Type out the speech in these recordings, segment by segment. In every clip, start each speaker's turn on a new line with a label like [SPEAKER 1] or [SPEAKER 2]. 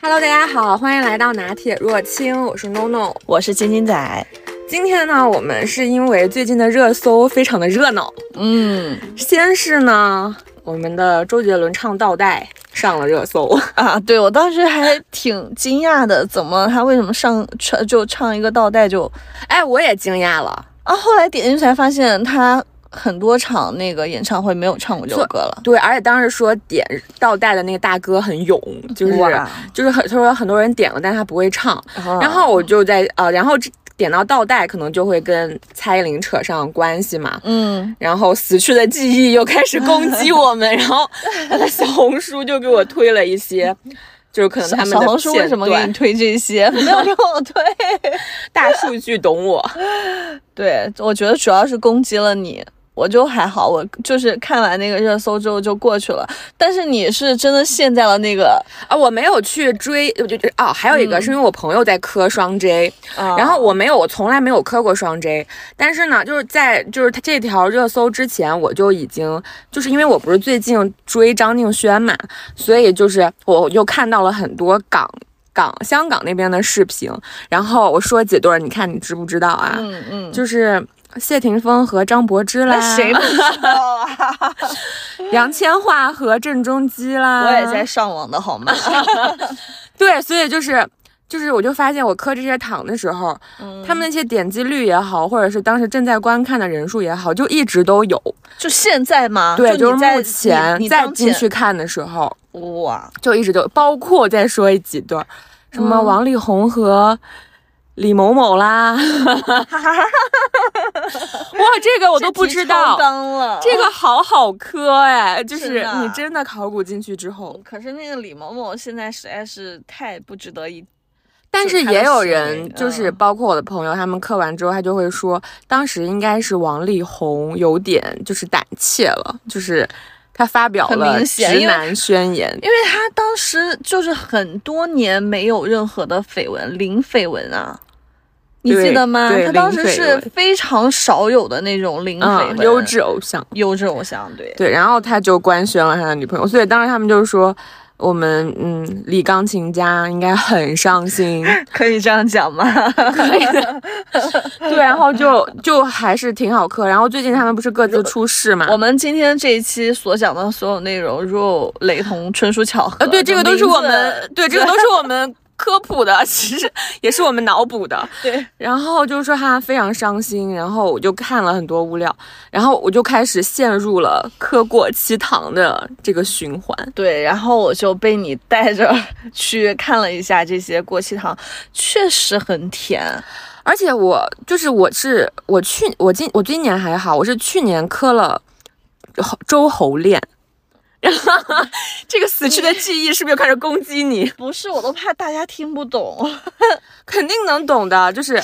[SPEAKER 1] Hello，大家好，欢迎来到拿铁若清，我是 NONO。
[SPEAKER 2] 我是金金仔。
[SPEAKER 1] 今天呢，我们是因为最近的热搜非常的热闹，
[SPEAKER 2] 嗯
[SPEAKER 1] 先是呢，我们的周杰伦唱《倒带》上了热搜，
[SPEAKER 2] 啊，对我当时还挺惊讶的，怎么他为什么上唱就唱一个倒带就
[SPEAKER 1] 哎，我也惊讶了。
[SPEAKER 2] 啊？后来点进去才发现他很多场那个演唱会没有唱过这首歌了。
[SPEAKER 1] 对，而且当时说点倒带的那个大哥很勇，就是
[SPEAKER 2] 哇嗯
[SPEAKER 1] 就是很，他说很多人点了，但他不会唱。
[SPEAKER 2] 然
[SPEAKER 1] 然后我就在呃，然后这点到倒带，可能就会跟蔡依林扯上关系嘛。
[SPEAKER 2] 嗯，
[SPEAKER 1] 然后死去的记忆又开始攻击我 们，然后他的小红书就给我推了一 些，就是可能
[SPEAKER 2] 小
[SPEAKER 1] 他们
[SPEAKER 2] 小
[SPEAKER 1] 的
[SPEAKER 2] 红书为什么给你
[SPEAKER 1] 片
[SPEAKER 2] 推这些？没有给我 推。
[SPEAKER 1] 段大数据懂我，
[SPEAKER 2] 对，我觉得主要是攻击了你。我就还好，我就是看完那个热搜之后就过去了。但是你是真的陷在了那个，
[SPEAKER 1] 啊，我没有去追，我就就哦，还有一个是因为我朋友在磕双 J，、然
[SPEAKER 2] 啊
[SPEAKER 1] 后我没有，我从来没有磕过双 J，但是呢，就是在就是他这条热搜之前，我就已经就是因为我不是最近追张敬轩嘛，所以就是我又看到了很多港港香港那边的视频，然后我说几对儿，你看你知不知道啊？
[SPEAKER 2] 嗯嗯，
[SPEAKER 1] 就是谢霆锋和张柏芝啦，
[SPEAKER 2] 那谁不知道啊？
[SPEAKER 1] 杨千嬅和郑中基啦，
[SPEAKER 2] 我也在上网的 好吗？
[SPEAKER 1] 对，所以就是就是，我就发现我磕这些糖的时候，
[SPEAKER 2] 嗯
[SPEAKER 1] 他们那些点击率也好，或者是当时正在观看的人数也好，就一直都有。
[SPEAKER 2] 就现在吗？
[SPEAKER 1] 对，
[SPEAKER 2] 啊就
[SPEAKER 1] 就是
[SPEAKER 2] 你在
[SPEAKER 1] 目前
[SPEAKER 2] 你
[SPEAKER 1] 再进
[SPEAKER 2] 你当前
[SPEAKER 1] 去看的时候，
[SPEAKER 2] 哇，
[SPEAKER 1] 就一直都有包括再说一几段儿，什么
[SPEAKER 2] 嗯
[SPEAKER 1] 王力宏和。李某某 啦，哇，这个我都不知道，
[SPEAKER 2] 当了
[SPEAKER 1] 这个好好磕哎，就是是
[SPEAKER 2] 的
[SPEAKER 1] 你真的考古进去之后，
[SPEAKER 2] 可是那个李某某现在实在是太不值得一，
[SPEAKER 1] 但
[SPEAKER 2] 就是是他的
[SPEAKER 1] 也有
[SPEAKER 2] 行
[SPEAKER 1] 人
[SPEAKER 2] 为
[SPEAKER 1] 就是
[SPEAKER 2] 嗯
[SPEAKER 1] 包括我的朋友，他们磕完之后，他就会说，当时应该是王力宏有点就是胆怯了，就是他发表
[SPEAKER 2] 很
[SPEAKER 1] 了
[SPEAKER 2] 明显
[SPEAKER 1] 直
[SPEAKER 2] 因为
[SPEAKER 1] 男宣言，
[SPEAKER 2] 因为他当时就是很多年没有任何的绯闻，零绯闻啊。你
[SPEAKER 1] 对
[SPEAKER 2] 记得吗
[SPEAKER 1] 对？
[SPEAKER 2] 他当时
[SPEAKER 1] 零绯
[SPEAKER 2] 是
[SPEAKER 1] 闻
[SPEAKER 2] 非常少有的那种零绯
[SPEAKER 1] 嗯
[SPEAKER 2] 闻，，
[SPEAKER 1] 优质偶像。
[SPEAKER 2] 优质偶像，对，
[SPEAKER 1] 对，然后他就官宣了他的女朋友，所以当时他们就说，我们嗯，李钢琴家应该很伤 心。
[SPEAKER 2] 可以这样讲吗？
[SPEAKER 1] 对，然后就就还是挺好磕。然后最近他们不是各自出事嘛？
[SPEAKER 2] 我们今天这一期所讲的所有内容，如有雷同，纯属巧合。
[SPEAKER 1] 呃，对，这个都是
[SPEAKER 2] 名字
[SPEAKER 1] 我 们，对，这个都是我们科普的，其实也是我们脑补的。
[SPEAKER 2] 对，
[SPEAKER 1] 然后就说他非常伤心，然后我就看了很多物料，然后我就开始陷入了磕过期糖的这个循环。
[SPEAKER 2] 对，然后我就被你带着 去看了一下这些过期糖，确实很甜。
[SPEAKER 1] 而且我就是我是我去我今我今年还好，我是去年磕了猴周侯恋。 然后这个死去的记忆是不是又开始攻击你？
[SPEAKER 2] 不是，我都怕大家听不懂。
[SPEAKER 1] 嗯肯定能懂的，就是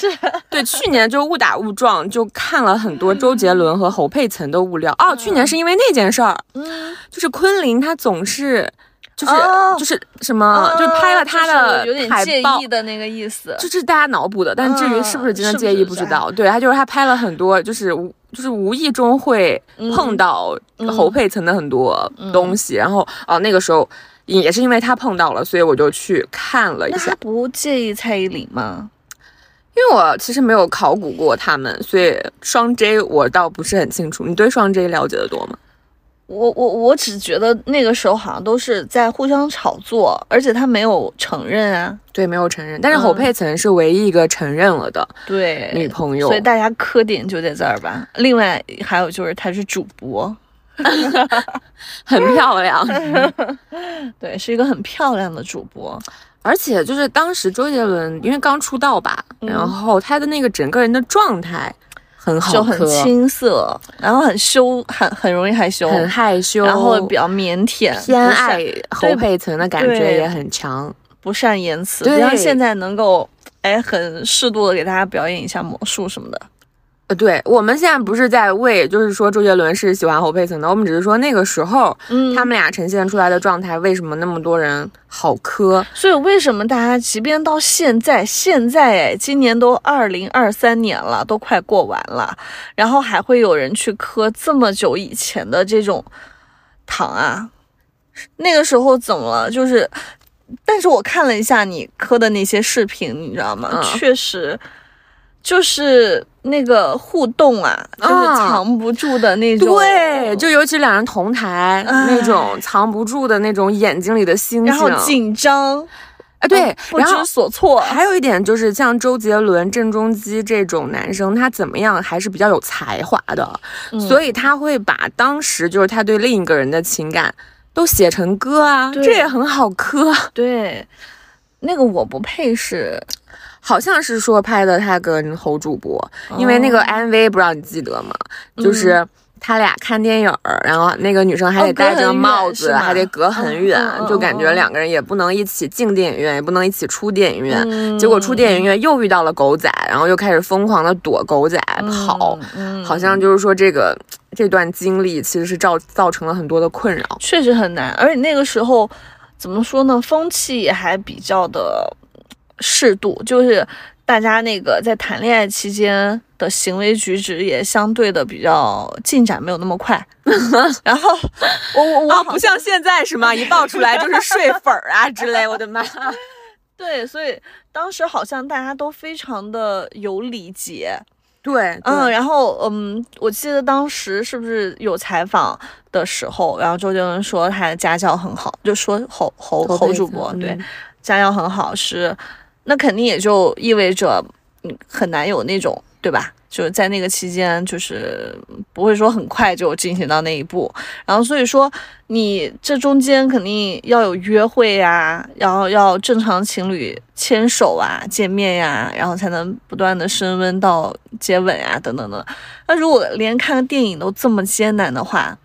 [SPEAKER 1] 对去年就误打误撞就看了很多周杰伦和侯佩岑的物料哦。去年是因为那件事儿，
[SPEAKER 2] 嗯，
[SPEAKER 1] 就是昆凌她总是就是、
[SPEAKER 2] 哦
[SPEAKER 1] 就是什么，啊就拍了她的
[SPEAKER 2] 就是有点
[SPEAKER 1] 海
[SPEAKER 2] 介
[SPEAKER 1] 报
[SPEAKER 2] 意。的那个意思。
[SPEAKER 1] 这是大家脑补的，但至于是不是真的
[SPEAKER 2] 嗯
[SPEAKER 1] 介意
[SPEAKER 2] 是
[SPEAKER 1] 不
[SPEAKER 2] 不是
[SPEAKER 1] 知道。对，她就是她拍了很多，就是无就是无意中会碰到
[SPEAKER 2] 嗯
[SPEAKER 1] 侯佩岑的很多东西，然后哦、那个时候也也是因为她碰到了，所以我就去看了一
[SPEAKER 2] 那
[SPEAKER 1] 下
[SPEAKER 2] 他。不介意蔡依林吗？
[SPEAKER 1] 因为我其实没有考古过他们，所以双 J 我倒不是很清楚。你对双 J 了解的多吗？
[SPEAKER 2] 我我我只觉得那个时候好像都是在互相炒作，而且他没有承认啊。
[SPEAKER 1] 对，没有承认，但是
[SPEAKER 2] 嗯
[SPEAKER 1] 侯佩岑是唯一一个承认了的
[SPEAKER 2] 对，
[SPEAKER 1] 女朋友。
[SPEAKER 2] 所以大家磕点就在这儿吧。另外还有就是他是主播，
[SPEAKER 1] 很漂 亮，
[SPEAKER 2] 对，是一个很漂亮的主播。
[SPEAKER 1] 而且就是当时周杰伦因为刚出道吧，
[SPEAKER 2] 嗯
[SPEAKER 1] 然后他的那个整个人的状态很好
[SPEAKER 2] 就
[SPEAKER 1] 磕，
[SPEAKER 2] 很青涩，然后很羞，很很容易害羞，
[SPEAKER 1] 很害羞，
[SPEAKER 2] 然后比较腼腆，
[SPEAKER 1] 偏
[SPEAKER 2] 不善
[SPEAKER 1] 爱侯佩岑的感觉
[SPEAKER 2] 对
[SPEAKER 1] 也很强。
[SPEAKER 2] 不善言辞，
[SPEAKER 1] 对
[SPEAKER 2] 不像现在能够哎很适度的给大家表演一下魔术什么的。
[SPEAKER 1] 呃，对我们现在不是在为就是说周杰伦是喜欢侯佩岑的，我们只是说那个时候
[SPEAKER 2] 嗯
[SPEAKER 1] 他们俩呈现出来的状态，为什么那么多人好磕？
[SPEAKER 2] 所以为什么大家即便到现在，现在哎，今年都二零二三年了，都快过完了，然后还会有人去磕这么久以前的这种糖啊？那个时候怎么了？就是但是我看了一下你磕的那些视频，你知道吗？
[SPEAKER 1] 嗯
[SPEAKER 2] 确实，就是那个互动啊，就是
[SPEAKER 1] 啊
[SPEAKER 2] 藏不住的那种。
[SPEAKER 1] 对，就尤其两人同台
[SPEAKER 2] 哎
[SPEAKER 1] 那种藏不住的那种眼睛里的星
[SPEAKER 2] 然后
[SPEAKER 1] 星，
[SPEAKER 2] 紧张，嗯
[SPEAKER 1] 哎，对，
[SPEAKER 2] 不
[SPEAKER 1] 然后
[SPEAKER 2] 知所措。
[SPEAKER 1] 还有一点就是，像周杰伦、郑中基这种男生，他怎么样还是比较有才华的，
[SPEAKER 2] 嗯
[SPEAKER 1] 所以他会把当时就是他对另一个人的情感都写成歌啊，
[SPEAKER 2] 对
[SPEAKER 1] 这也很好磕。
[SPEAKER 2] 对，那个我不配是，
[SPEAKER 1] 好像是说拍的他跟侯主播，因为那个 MV 不知道你记得吗？就是。他俩看电影儿，然后那个女生还
[SPEAKER 2] 哦
[SPEAKER 1] 得
[SPEAKER 2] 隔
[SPEAKER 1] 戴着
[SPEAKER 2] 很远
[SPEAKER 1] 帽
[SPEAKER 2] 是
[SPEAKER 1] 子，
[SPEAKER 2] 吧
[SPEAKER 1] 还得隔很
[SPEAKER 2] 嗯
[SPEAKER 1] 远，
[SPEAKER 2] 嗯嗯
[SPEAKER 1] 就感觉
[SPEAKER 2] 嗯
[SPEAKER 1] 两个人也不能一起进电影院，也不能一起出电影院。
[SPEAKER 2] 嗯
[SPEAKER 1] 结果出电影院又遇到了狗仔，然后又开始疯狂的躲狗仔跑，
[SPEAKER 2] 嗯，
[SPEAKER 1] 好像就是说这个这段经历其实是造造成了很多的困扰。
[SPEAKER 2] 确实很难，而且那个时候怎么说呢，风气也还比较的适度，就是大家那个在谈恋爱期间的行为举止也相对的比较进展没有那么快。 然后我我我好像、
[SPEAKER 1] 哦像现在是吗？一爆出来就是睡粉儿啊之类，我的妈！
[SPEAKER 2] 对，所以当时好像大家都非常的有礼节，
[SPEAKER 1] 对，
[SPEAKER 2] 嗯，
[SPEAKER 1] 嗯，
[SPEAKER 2] 然后嗯，我记得当时是不是有采访的时候，然后周杰伦说他的家教很好，就说侯侯
[SPEAKER 1] 侯
[SPEAKER 2] 侯
[SPEAKER 1] 佩
[SPEAKER 2] 主
[SPEAKER 1] 岑
[SPEAKER 2] 播
[SPEAKER 1] 嗯
[SPEAKER 2] 对、家教很好是，那肯定也就意味着嗯很难有那种对吧？就是在那个期间，就是不会说很快就进行到那一步，然后所以说你这中间肯定要有约会呀、然后要正常情侣牵手啊、见面呀、然后才能不断的升温到接吻呀、等等等。那如果连看个电影都这么艰难的话，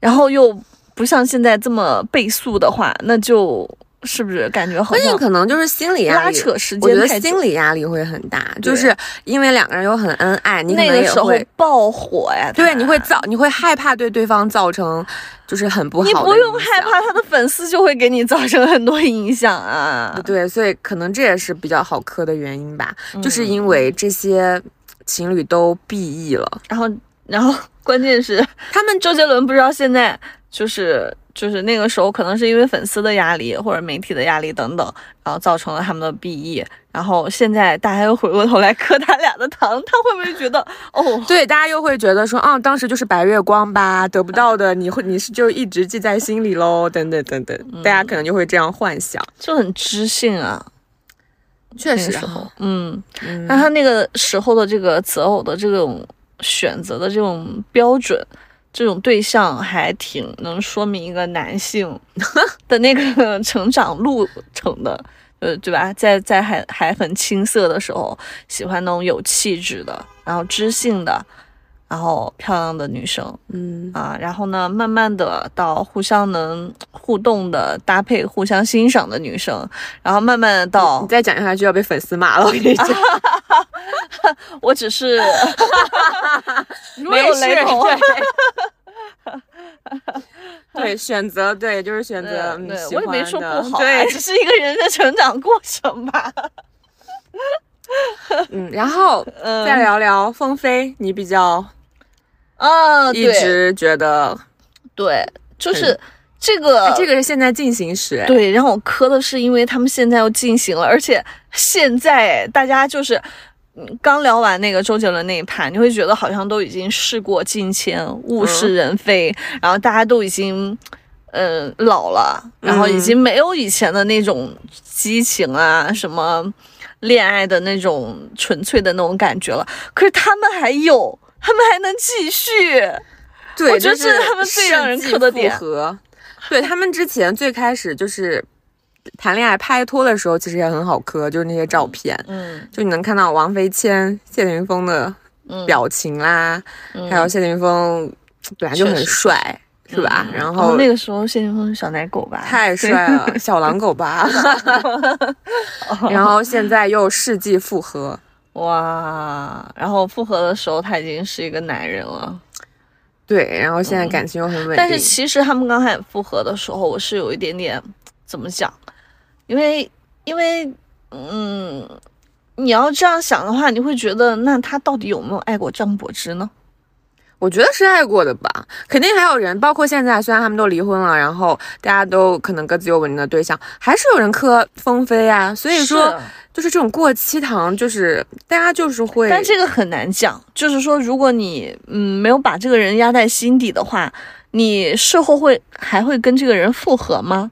[SPEAKER 2] 然后又不像现在这么倍速的话，那就是不是感觉好
[SPEAKER 1] 关键
[SPEAKER 2] 像
[SPEAKER 1] 可能就是心理压
[SPEAKER 2] 拉
[SPEAKER 1] 力。
[SPEAKER 2] 扯时
[SPEAKER 1] 我觉
[SPEAKER 2] 间
[SPEAKER 1] 得
[SPEAKER 2] 太久
[SPEAKER 1] 心？理压力会很大，
[SPEAKER 2] 对
[SPEAKER 1] 就是因为两个人又很恩爱，你可
[SPEAKER 2] 那
[SPEAKER 1] 能
[SPEAKER 2] 个
[SPEAKER 1] 也
[SPEAKER 2] 时候
[SPEAKER 1] 会
[SPEAKER 2] 爆火呀，
[SPEAKER 1] 对，
[SPEAKER 2] 他
[SPEAKER 1] 你会造，你会害怕对对方造成就是很不好的
[SPEAKER 2] 你
[SPEAKER 1] 影响。
[SPEAKER 2] 不用害怕他的粉丝就会给你造成很多影响啊。
[SPEAKER 1] 对，所以可能这也是比较好磕的原因吧，就是因为这些情侣都 BE 了，
[SPEAKER 2] 然后，然后 关键是
[SPEAKER 1] 他们
[SPEAKER 2] 周杰伦不知道现在就是就是那个时候可能是因为粉丝的压力或者媒体的压力等等，然后造成了他们的 BE。然后现在大家又回过头来磕他俩的糖，他会不会觉得哦？
[SPEAKER 1] 对大家又会觉得说，啊，当时就是白月光吧，得不到的你会你是就一直记在心里喽，等等等等，大家可能就会这样幻想。
[SPEAKER 2] 就很知性啊，
[SPEAKER 1] 确
[SPEAKER 2] 那
[SPEAKER 1] 实
[SPEAKER 2] 个时候
[SPEAKER 1] 哈，，
[SPEAKER 2] 嗯，
[SPEAKER 1] 嗯
[SPEAKER 2] 那他那个时候的这个择偶的这种选择的这种标准，这种对象还挺能说明一个男性 的那个成长路程的，呃，对吧？在在还还很青涩的时候，喜欢那种有气质的，然后知性的，然后漂亮的女生
[SPEAKER 1] 嗯，
[SPEAKER 2] 啊，然后呢，慢慢的到互相能互动的搭配，互相欣赏的女生，然后慢慢的到
[SPEAKER 1] 你再讲下去要被粉丝骂了，我跟你讲，
[SPEAKER 2] 我 只是，如果
[SPEAKER 1] 没
[SPEAKER 2] 有
[SPEAKER 1] 事
[SPEAKER 2] 雷同，
[SPEAKER 1] 对 对，选择对，就是选择，嗯
[SPEAKER 2] 对对
[SPEAKER 1] 喜
[SPEAKER 2] 我也没
[SPEAKER 1] 欢
[SPEAKER 2] 说
[SPEAKER 1] 的
[SPEAKER 2] 不好啊，
[SPEAKER 1] 对，
[SPEAKER 2] 只是一个人的成长过程吧。
[SPEAKER 1] 嗯，然后
[SPEAKER 2] 嗯
[SPEAKER 1] 再聊聊凤飞，你比较
[SPEAKER 2] 啊，
[SPEAKER 1] 一
[SPEAKER 2] 对
[SPEAKER 1] 直觉得
[SPEAKER 2] 对，就是
[SPEAKER 1] 很
[SPEAKER 2] 这个、
[SPEAKER 1] 哎这个是现在进行时，哎
[SPEAKER 2] 呃对，让我磕的是因为他们现在要进行了，而且现在大家就是。嗯刚聊完那个周杰伦那一盘，你会觉得好像都已经事过境迁，
[SPEAKER 1] 嗯
[SPEAKER 2] 物是人非，然后大家都已经，嗯、老了，然后已
[SPEAKER 1] 嗯
[SPEAKER 2] 经没有以前的那种激情啊，什么恋爱的那种纯粹的那种感觉了。可是他们还有，他们还能继续，
[SPEAKER 1] 对，
[SPEAKER 2] 我觉
[SPEAKER 1] 就
[SPEAKER 2] 得
[SPEAKER 1] 是
[SPEAKER 2] 这是他们最让人磕的
[SPEAKER 1] 世
[SPEAKER 2] 点
[SPEAKER 1] 纪复合对他们之前最开始就是谈恋爱拍拖的时候，其实也很好磕，就是那些照片，
[SPEAKER 2] 嗯，
[SPEAKER 1] 就你能看到王菲签谢霆锋的表情啦，
[SPEAKER 2] 嗯
[SPEAKER 1] 还有谢霆锋本来就很
[SPEAKER 2] 确实嗯
[SPEAKER 1] 帅，是吧？然
[SPEAKER 2] 然
[SPEAKER 1] 后
[SPEAKER 2] 后哦那个时候谢霆锋是小奶狗吧，
[SPEAKER 1] 太
[SPEAKER 2] 对
[SPEAKER 1] 帅了，小狼狗 吧。然后现在又世纪复合，
[SPEAKER 2] 哇，然后复合的时候他已经是一个男人了，
[SPEAKER 1] 对，然后现在感情又很稳定。
[SPEAKER 2] 嗯但是其实他们刚开始复合的时候，我是有一点点怎么讲，因为因为嗯，你要这样想的话，你会觉得那他到底有没有爱过张柏芝呢？
[SPEAKER 1] 我觉得是爱过的吧，肯定还有人，包括现在，虽然他们都离婚了，然后大家都可能各自有稳定的对象，还是有人磕风飞啊。所以说，就是这种过期糖，就是大家就是会，
[SPEAKER 2] 但这个很难讲。就是说，如果你嗯没有把这个人压在心底的话，你事后会还会跟这个人复合吗？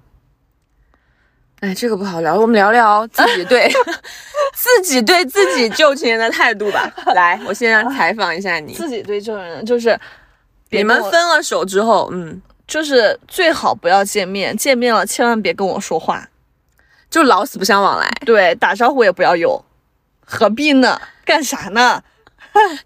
[SPEAKER 1] 哎，这个不好聊。我们聊聊自己 对自己对自己旧情人的态度 吧。来，我现在采访一下你，
[SPEAKER 2] 自己对这种人就是别
[SPEAKER 1] 你
[SPEAKER 2] 跟
[SPEAKER 1] 们
[SPEAKER 2] 我
[SPEAKER 1] 分了手之后，嗯，
[SPEAKER 2] 就是最好不要见面，见面了千万别跟我说话，
[SPEAKER 1] 就老死不相往来。
[SPEAKER 2] 对，打招呼也不要有，何必呢？干啥呢？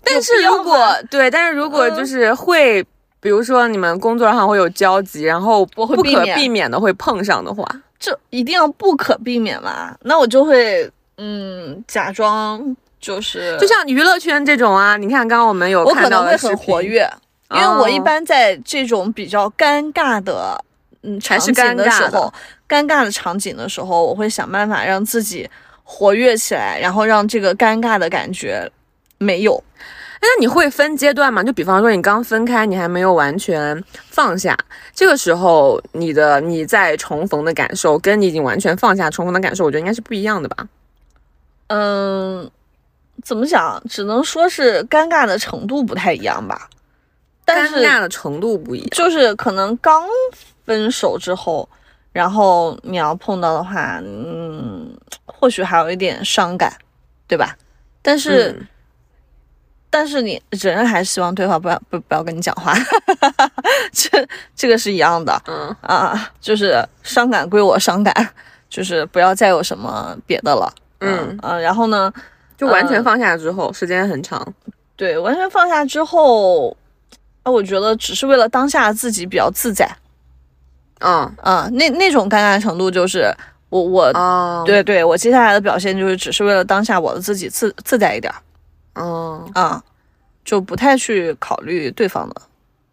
[SPEAKER 1] 但是
[SPEAKER 2] 有必要
[SPEAKER 1] 如果
[SPEAKER 2] 吗
[SPEAKER 1] 对，但是如果
[SPEAKER 2] 嗯
[SPEAKER 1] 就是会，比如说你们工作上会有交集，然后不
[SPEAKER 2] 我会
[SPEAKER 1] 不
[SPEAKER 2] 避
[SPEAKER 1] 可
[SPEAKER 2] 免
[SPEAKER 1] 避免的会碰上的话，
[SPEAKER 2] 这一定要不可避免嘛？那我就会嗯，假装就是，
[SPEAKER 1] 就像娱乐圈这种啊，你看刚刚我们有
[SPEAKER 2] 我可
[SPEAKER 1] 看到
[SPEAKER 2] 能会
[SPEAKER 1] 的视
[SPEAKER 2] 很
[SPEAKER 1] 频，哦
[SPEAKER 2] 活跃，因为我一般在这种比较尴尬的嗯
[SPEAKER 1] 还
[SPEAKER 2] 场
[SPEAKER 1] 是
[SPEAKER 2] 景的时
[SPEAKER 1] 尴尬的
[SPEAKER 2] 候，尴尬的场景的时候，我会想办法让自己活跃起来，然后让这个尴尬的感觉没有。
[SPEAKER 1] 哎那你会分阶段吗？就比方说你刚分开，你还没有完全放下，这个时候你的你再重逢的感受，跟你已经完全放下重逢的感受，我觉得应该是不一样的吧？
[SPEAKER 2] 嗯，怎么讲？只能说是尴尬的程度不太一样吧。但
[SPEAKER 1] 尴尬
[SPEAKER 2] 是
[SPEAKER 1] 的程度不一样。
[SPEAKER 2] 就是可能刚分手之后，然后你要碰到的话，嗯，或许还有一点伤感，对吧？但是、
[SPEAKER 1] 嗯
[SPEAKER 2] 但是你人还是希望对方不要不不要跟你讲话， 这这个是一样的
[SPEAKER 1] 嗯，
[SPEAKER 2] 啊，就是伤感归我伤感，就是不要再有什么别的了。
[SPEAKER 1] 嗯
[SPEAKER 2] 嗯、然后呢，
[SPEAKER 1] 就完全
[SPEAKER 2] 嗯
[SPEAKER 1] 放下之后，时间很长。
[SPEAKER 2] 对，完全放下之后，啊，我觉得只是为了当下自己比较自在
[SPEAKER 1] 嗯
[SPEAKER 2] 啊，那那种尴尬程度就是我我、
[SPEAKER 1] 哦，，
[SPEAKER 2] 对对，我接下来的表现就是只是为了当下我的自己自自在一点儿
[SPEAKER 1] 哦
[SPEAKER 2] 啊，就不太去考虑对方的。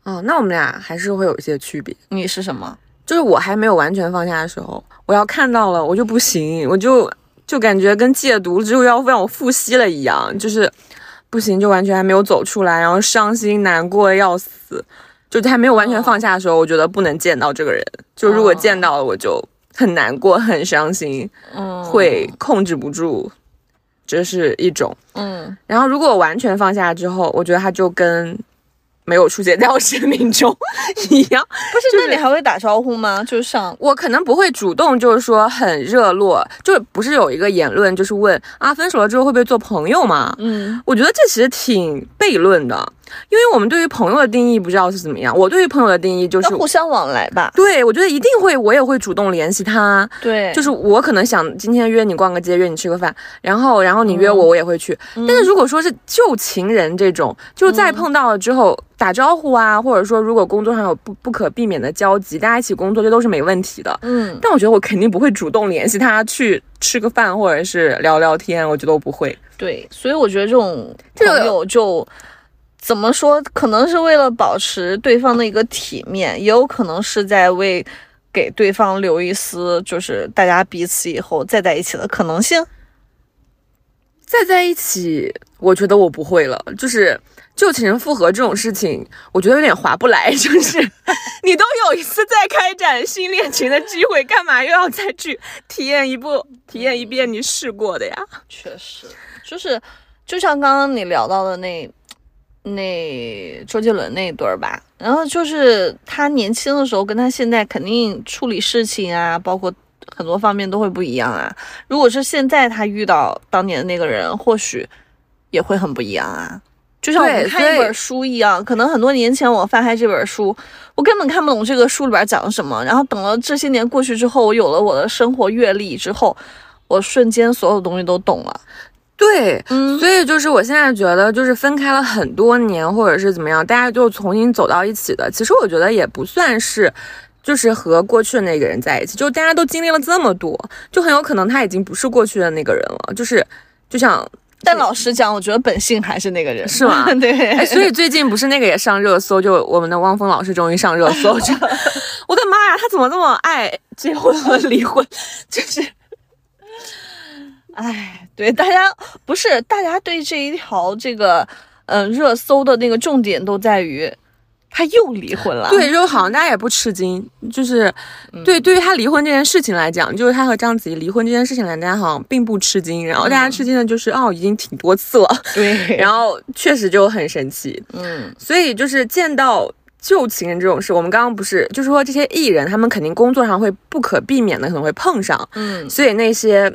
[SPEAKER 1] 哦，那我们俩还是会有一些区别。
[SPEAKER 2] 你是什么？
[SPEAKER 1] 就是我还没有完全放下的时候，我要看到了我就不行，我就就感觉跟戒毒之后要让我复吸了一样，就是不行，就完全还没有走出来，然后伤心难过得要死，就还没有完全放下的时候，我觉得不能见到这个人，就如果见到了我就很难过很伤心，
[SPEAKER 2] 嗯，
[SPEAKER 1] 会控制不住，这是一种。
[SPEAKER 2] 嗯，
[SPEAKER 1] 然后如果完全放下之后，我觉得他就跟没有出现在我生命中 一样，
[SPEAKER 2] 不是，
[SPEAKER 1] 就是
[SPEAKER 2] 那你还会打招呼吗？就是像
[SPEAKER 1] 我可能不会主动，就是说很热络，就是不是有一个言论，就是问啊，分手了之后会不会做朋友嘛？
[SPEAKER 2] 嗯
[SPEAKER 1] 我觉得这其实挺悖论的，因为我们对于朋友的定义不知道是怎么样。我对于朋友的定义就是
[SPEAKER 2] 要，互相往来吧。
[SPEAKER 1] 对我觉得一定会，我也会主动联系他。
[SPEAKER 2] 对，
[SPEAKER 1] 就是我可能想今天约你逛个街，约你吃个饭，然后然后你约我，
[SPEAKER 2] 嗯嗯
[SPEAKER 1] 我也会去。但是如果说是旧情人这种，就是再碰到了之后打招呼啊，或者说如果工作上有不不可避免的交集，大家一起工作这都是没问题的。
[SPEAKER 2] 嗯，
[SPEAKER 1] 但我觉得我肯定不会主动联系他去吃个饭或者是聊聊天，我觉得我不会。
[SPEAKER 2] 对，所以我觉得这种
[SPEAKER 1] 这
[SPEAKER 2] 朋
[SPEAKER 1] 个
[SPEAKER 2] 友就怎么说，可能是为了保持对方的一个体面，也有可能是在为给对方留一丝就是大家彼此以后再在一起的可能性。
[SPEAKER 1] 再在一起，我觉得我不会了，就是。旧情人复合这种事情，我觉得有点划不来。 就是你都有一次再开展新恋情的机会，干嘛又要再去体验一步、体验一遍你试过的呀？
[SPEAKER 2] 确实，就是就像刚刚你聊到的那那周杰伦那一对儿吧，然后就是他年轻的时候跟他现在肯定处理事情啊，包括很多方面都会不一样啊。如果是现在他遇到当年的那个人，或许也会很不一样啊。就像我们
[SPEAKER 1] 对
[SPEAKER 2] 看一
[SPEAKER 1] 所以
[SPEAKER 2] 本书一样，可能很多年前我翻开这本书，我根本看不懂这个书里边讲了什么。然后等了这些年过去之后，我有了我的生活阅历之后，我瞬间所有东西都懂了。
[SPEAKER 1] 对，
[SPEAKER 2] 嗯
[SPEAKER 1] 所以就是我现在觉得，就是分开了很多年，或者是怎么样，大家就重新走到一起的。其实我觉得也不算是，就是和过去的那个人在一起，就大家都经历了这么多，就很有可能他已经不是过去的那个人了。就是，就像，
[SPEAKER 2] 但老实讲，我觉得本性还是那个人，
[SPEAKER 1] 是吗
[SPEAKER 2] 对，
[SPEAKER 1] 哎，所以最近不是那个也上热搜，就我们的汪峰老师终于上热搜，就 我的妈呀，他怎么这么爱结婚和离婚？ 就是
[SPEAKER 2] 哎，对大家不是大家对这一条这个呃，热搜的那个重点都在于他又离婚了。
[SPEAKER 1] 对，就好像大家也不吃惊，就是
[SPEAKER 2] 嗯
[SPEAKER 1] 对对于他离婚这件事情来讲，就是他和章子怡离婚这件事情来讲，大家好像并不吃惊。然后大家
[SPEAKER 2] 嗯
[SPEAKER 1] 吃惊的就是，哦，已经挺多次 了，
[SPEAKER 2] 对，
[SPEAKER 1] 然后确实就很神奇。
[SPEAKER 2] 嗯，
[SPEAKER 1] 所以就是见到旧情人这种事，我们刚刚不是就是说这些艺人他们肯定工作上会不可避免的可能会碰上，
[SPEAKER 2] 嗯，
[SPEAKER 1] 所以那些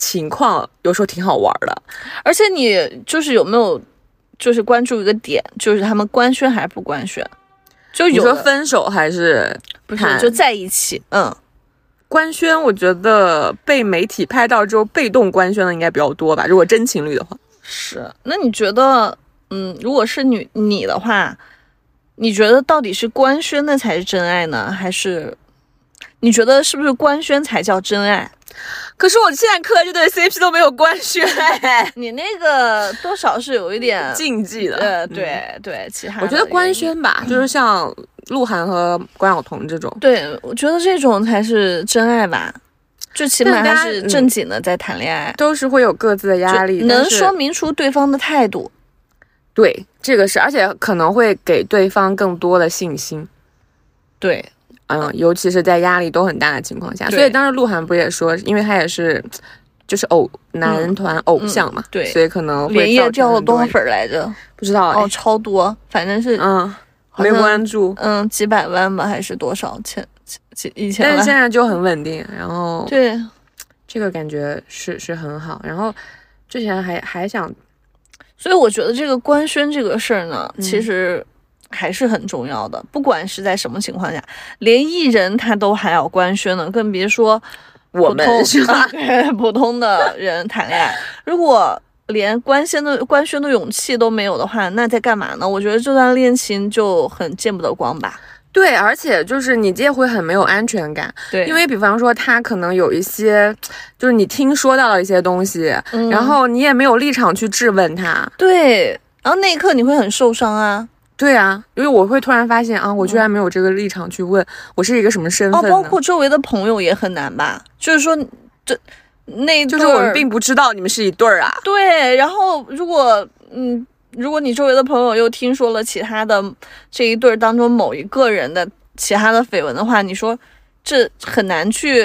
[SPEAKER 1] 情况有时候挺好玩的。
[SPEAKER 2] 而且你就是有没有就是关注一个点，就是他们官宣还是不官宣？就
[SPEAKER 1] 你
[SPEAKER 2] 有
[SPEAKER 1] 说
[SPEAKER 2] 的
[SPEAKER 1] 分手还是
[SPEAKER 2] 不
[SPEAKER 1] 看
[SPEAKER 2] 是就在一起，嗯，
[SPEAKER 1] 官宣？我觉得被媒体拍到之后被动官宣的应该比较多吧。如果真情侣的话，
[SPEAKER 2] 是。那你觉得，嗯，如果是女你的话，你觉得到底是官宣的才是真爱呢，还是你觉得是不是官宣才叫真 爱？
[SPEAKER 1] 可是我现在磕这对 CP 都没有官宣、哎
[SPEAKER 2] 你那个多少是有 一点，
[SPEAKER 1] 禁忌的。
[SPEAKER 2] 呃，
[SPEAKER 1] 嗯，
[SPEAKER 2] 对对，其他
[SPEAKER 1] 我觉
[SPEAKER 2] 的
[SPEAKER 1] 得官
[SPEAKER 2] 原因嗯
[SPEAKER 1] 宣吧，就是像鹿晗和关晓彤这种。
[SPEAKER 2] 对，我觉得这种才是真爱吧，就起
[SPEAKER 1] 但
[SPEAKER 2] 码
[SPEAKER 1] 大家
[SPEAKER 2] 他是正经的在谈恋爱，
[SPEAKER 1] 都是会有各自的压力，
[SPEAKER 2] 就能
[SPEAKER 1] 但是
[SPEAKER 2] 说明出对方的态度。
[SPEAKER 1] 对这个是，而且可能会给对方更多的信心，
[SPEAKER 2] 对，
[SPEAKER 1] 嗯，尤其是在压力都很大的情况下，
[SPEAKER 2] 对
[SPEAKER 1] 所以当时鹿晗不也说，因为他也是就是偶男团偶像嘛，
[SPEAKER 2] 嗯对
[SPEAKER 1] 所以可能会
[SPEAKER 2] 连夜
[SPEAKER 1] 造成
[SPEAKER 2] 掉了
[SPEAKER 1] 很多
[SPEAKER 2] 多少粉儿来着？
[SPEAKER 1] 不知道、哎
[SPEAKER 2] 哦，超多，反正是
[SPEAKER 1] 嗯，
[SPEAKER 2] 好
[SPEAKER 1] 没
[SPEAKER 2] 像
[SPEAKER 1] 关注，
[SPEAKER 2] 嗯几百万吧，还是多少钱？几几以前
[SPEAKER 1] 但是
[SPEAKER 2] 吧
[SPEAKER 1] 现在就很稳定，然后
[SPEAKER 2] 对，
[SPEAKER 1] 这个感觉是是很好，然后之前还还想
[SPEAKER 2] 所以我觉得这个官宣这个事儿呢，
[SPEAKER 1] 嗯
[SPEAKER 2] 其实还是很重要的，不管是在什么情况下，连艺人他都还要官宣呢，更别说
[SPEAKER 1] 我
[SPEAKER 2] 普通
[SPEAKER 1] 们是吧？
[SPEAKER 2] 对 普通的人谈恋爱，如果连官宣的官宣的勇气都没有的话，那在干嘛呢？我觉得这段恋情就很见不得光吧。
[SPEAKER 1] 对，而且就是你这会很没有安全感，
[SPEAKER 2] 对，
[SPEAKER 1] 因为比方说他可能有一些，就是你听说到了一些东西，
[SPEAKER 2] 嗯
[SPEAKER 1] 然后你也没有立场去质问他。
[SPEAKER 2] 对，然后那一刻你会很受伤啊。
[SPEAKER 1] 对啊，因为我会突然发现啊，我居然没有这个立场去问我是一个什么身
[SPEAKER 2] 嗯哦，
[SPEAKER 1] 份呢？
[SPEAKER 2] 包括周围的朋友也很难吧？就是说，这那一
[SPEAKER 1] 就是
[SPEAKER 2] 对
[SPEAKER 1] 我
[SPEAKER 2] 儿
[SPEAKER 1] 们并不知道你们是一对儿啊。
[SPEAKER 2] 对，然后如果嗯，如果你周围的朋友又听说了其他的这一对儿当中某一个人的其他的绯闻的话，你说这很难去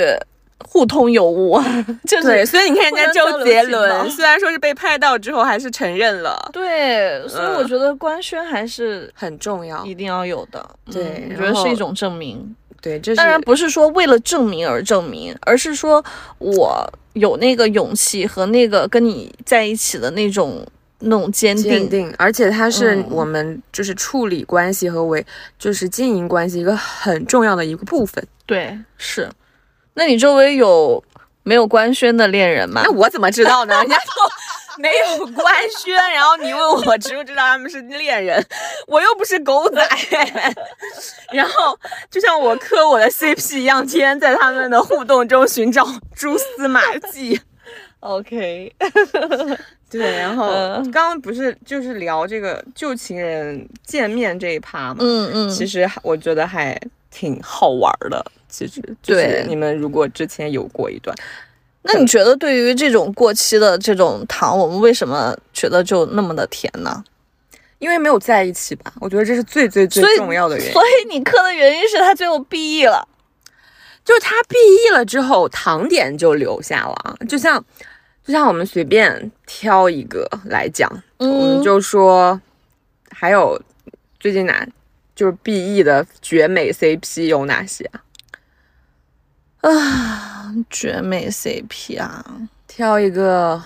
[SPEAKER 2] 互通有无，啊 就是
[SPEAKER 1] 对，所以你看人
[SPEAKER 2] 互
[SPEAKER 1] 家
[SPEAKER 2] 相交
[SPEAKER 1] 周
[SPEAKER 2] 流
[SPEAKER 1] 杰
[SPEAKER 2] 情报
[SPEAKER 1] 伦，虽然说是被拍到之后，还是承认了，
[SPEAKER 2] 对，所以我
[SPEAKER 1] 嗯
[SPEAKER 2] 觉得官宣还是
[SPEAKER 1] 很重要
[SPEAKER 2] 一。定要有的。
[SPEAKER 1] 哦对
[SPEAKER 2] 嗯我
[SPEAKER 1] 然
[SPEAKER 2] 觉得是
[SPEAKER 1] 后
[SPEAKER 2] 一种证明。
[SPEAKER 1] 对，这是
[SPEAKER 2] 当然不是说为了证明而证明，而是说我有那个勇气和那个跟你在一起的那种那种坚
[SPEAKER 1] 坚
[SPEAKER 2] 定。
[SPEAKER 1] 定，而且它是
[SPEAKER 2] 嗯
[SPEAKER 1] 我们就是处理关系和维就是经营关系一个很重要的一个部分。
[SPEAKER 2] 对，是。那你周围有没有官宣的恋人吗
[SPEAKER 1] 那？我怎么知道呢？人家都 没有官宣，然后你问我知不知道他们是恋人，我又不是狗仔。然后就像我磕我的 CP 一样，天天在他们的互动中寻找蛛丝马迹。
[SPEAKER 2] OK，
[SPEAKER 1] 对，然后
[SPEAKER 2] 嗯
[SPEAKER 1] 刚刚不是就是聊这个旧情人见面这一趴嘛？
[SPEAKER 2] 嗯嗯，
[SPEAKER 1] 其实还我觉得还挺好玩儿的。其实，就是
[SPEAKER 2] 对
[SPEAKER 1] 你们如果之前有过一段，
[SPEAKER 2] 那你觉得对于这种过期的这种糖，我们为什么觉得就那么的甜呢？
[SPEAKER 1] 因为没有在一起吧，我觉得这是最最最
[SPEAKER 2] 所以
[SPEAKER 1] 重要的原因。
[SPEAKER 2] 所以你磕的原因是他最后毕业了，
[SPEAKER 1] 就是他毕业了之后，糖点就留下了啊。就像，就像我们随便挑一个来讲，我们
[SPEAKER 2] 嗯，
[SPEAKER 1] 就说，还有最近哪就是 BE 的绝美 CP 有哪些啊？
[SPEAKER 2] 绝美 CP 啊，
[SPEAKER 1] 挑一个，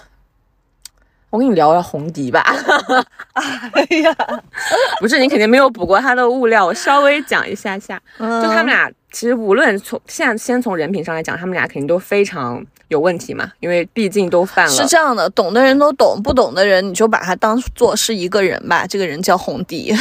[SPEAKER 1] 我跟你聊聊红迪 吧。
[SPEAKER 2] 哎呀，
[SPEAKER 1] 不是，你肯定没有补过他的物料，我稍微讲一下下。
[SPEAKER 2] 就
[SPEAKER 1] 就他们俩，其实无论从现在先从人品上来讲，他们俩肯定都非常有问题嘛，因为毕竟都犯了。
[SPEAKER 2] 是这样的，懂的人都 懂，不懂的人你就把他当做是一个人吧。这个人叫红迪，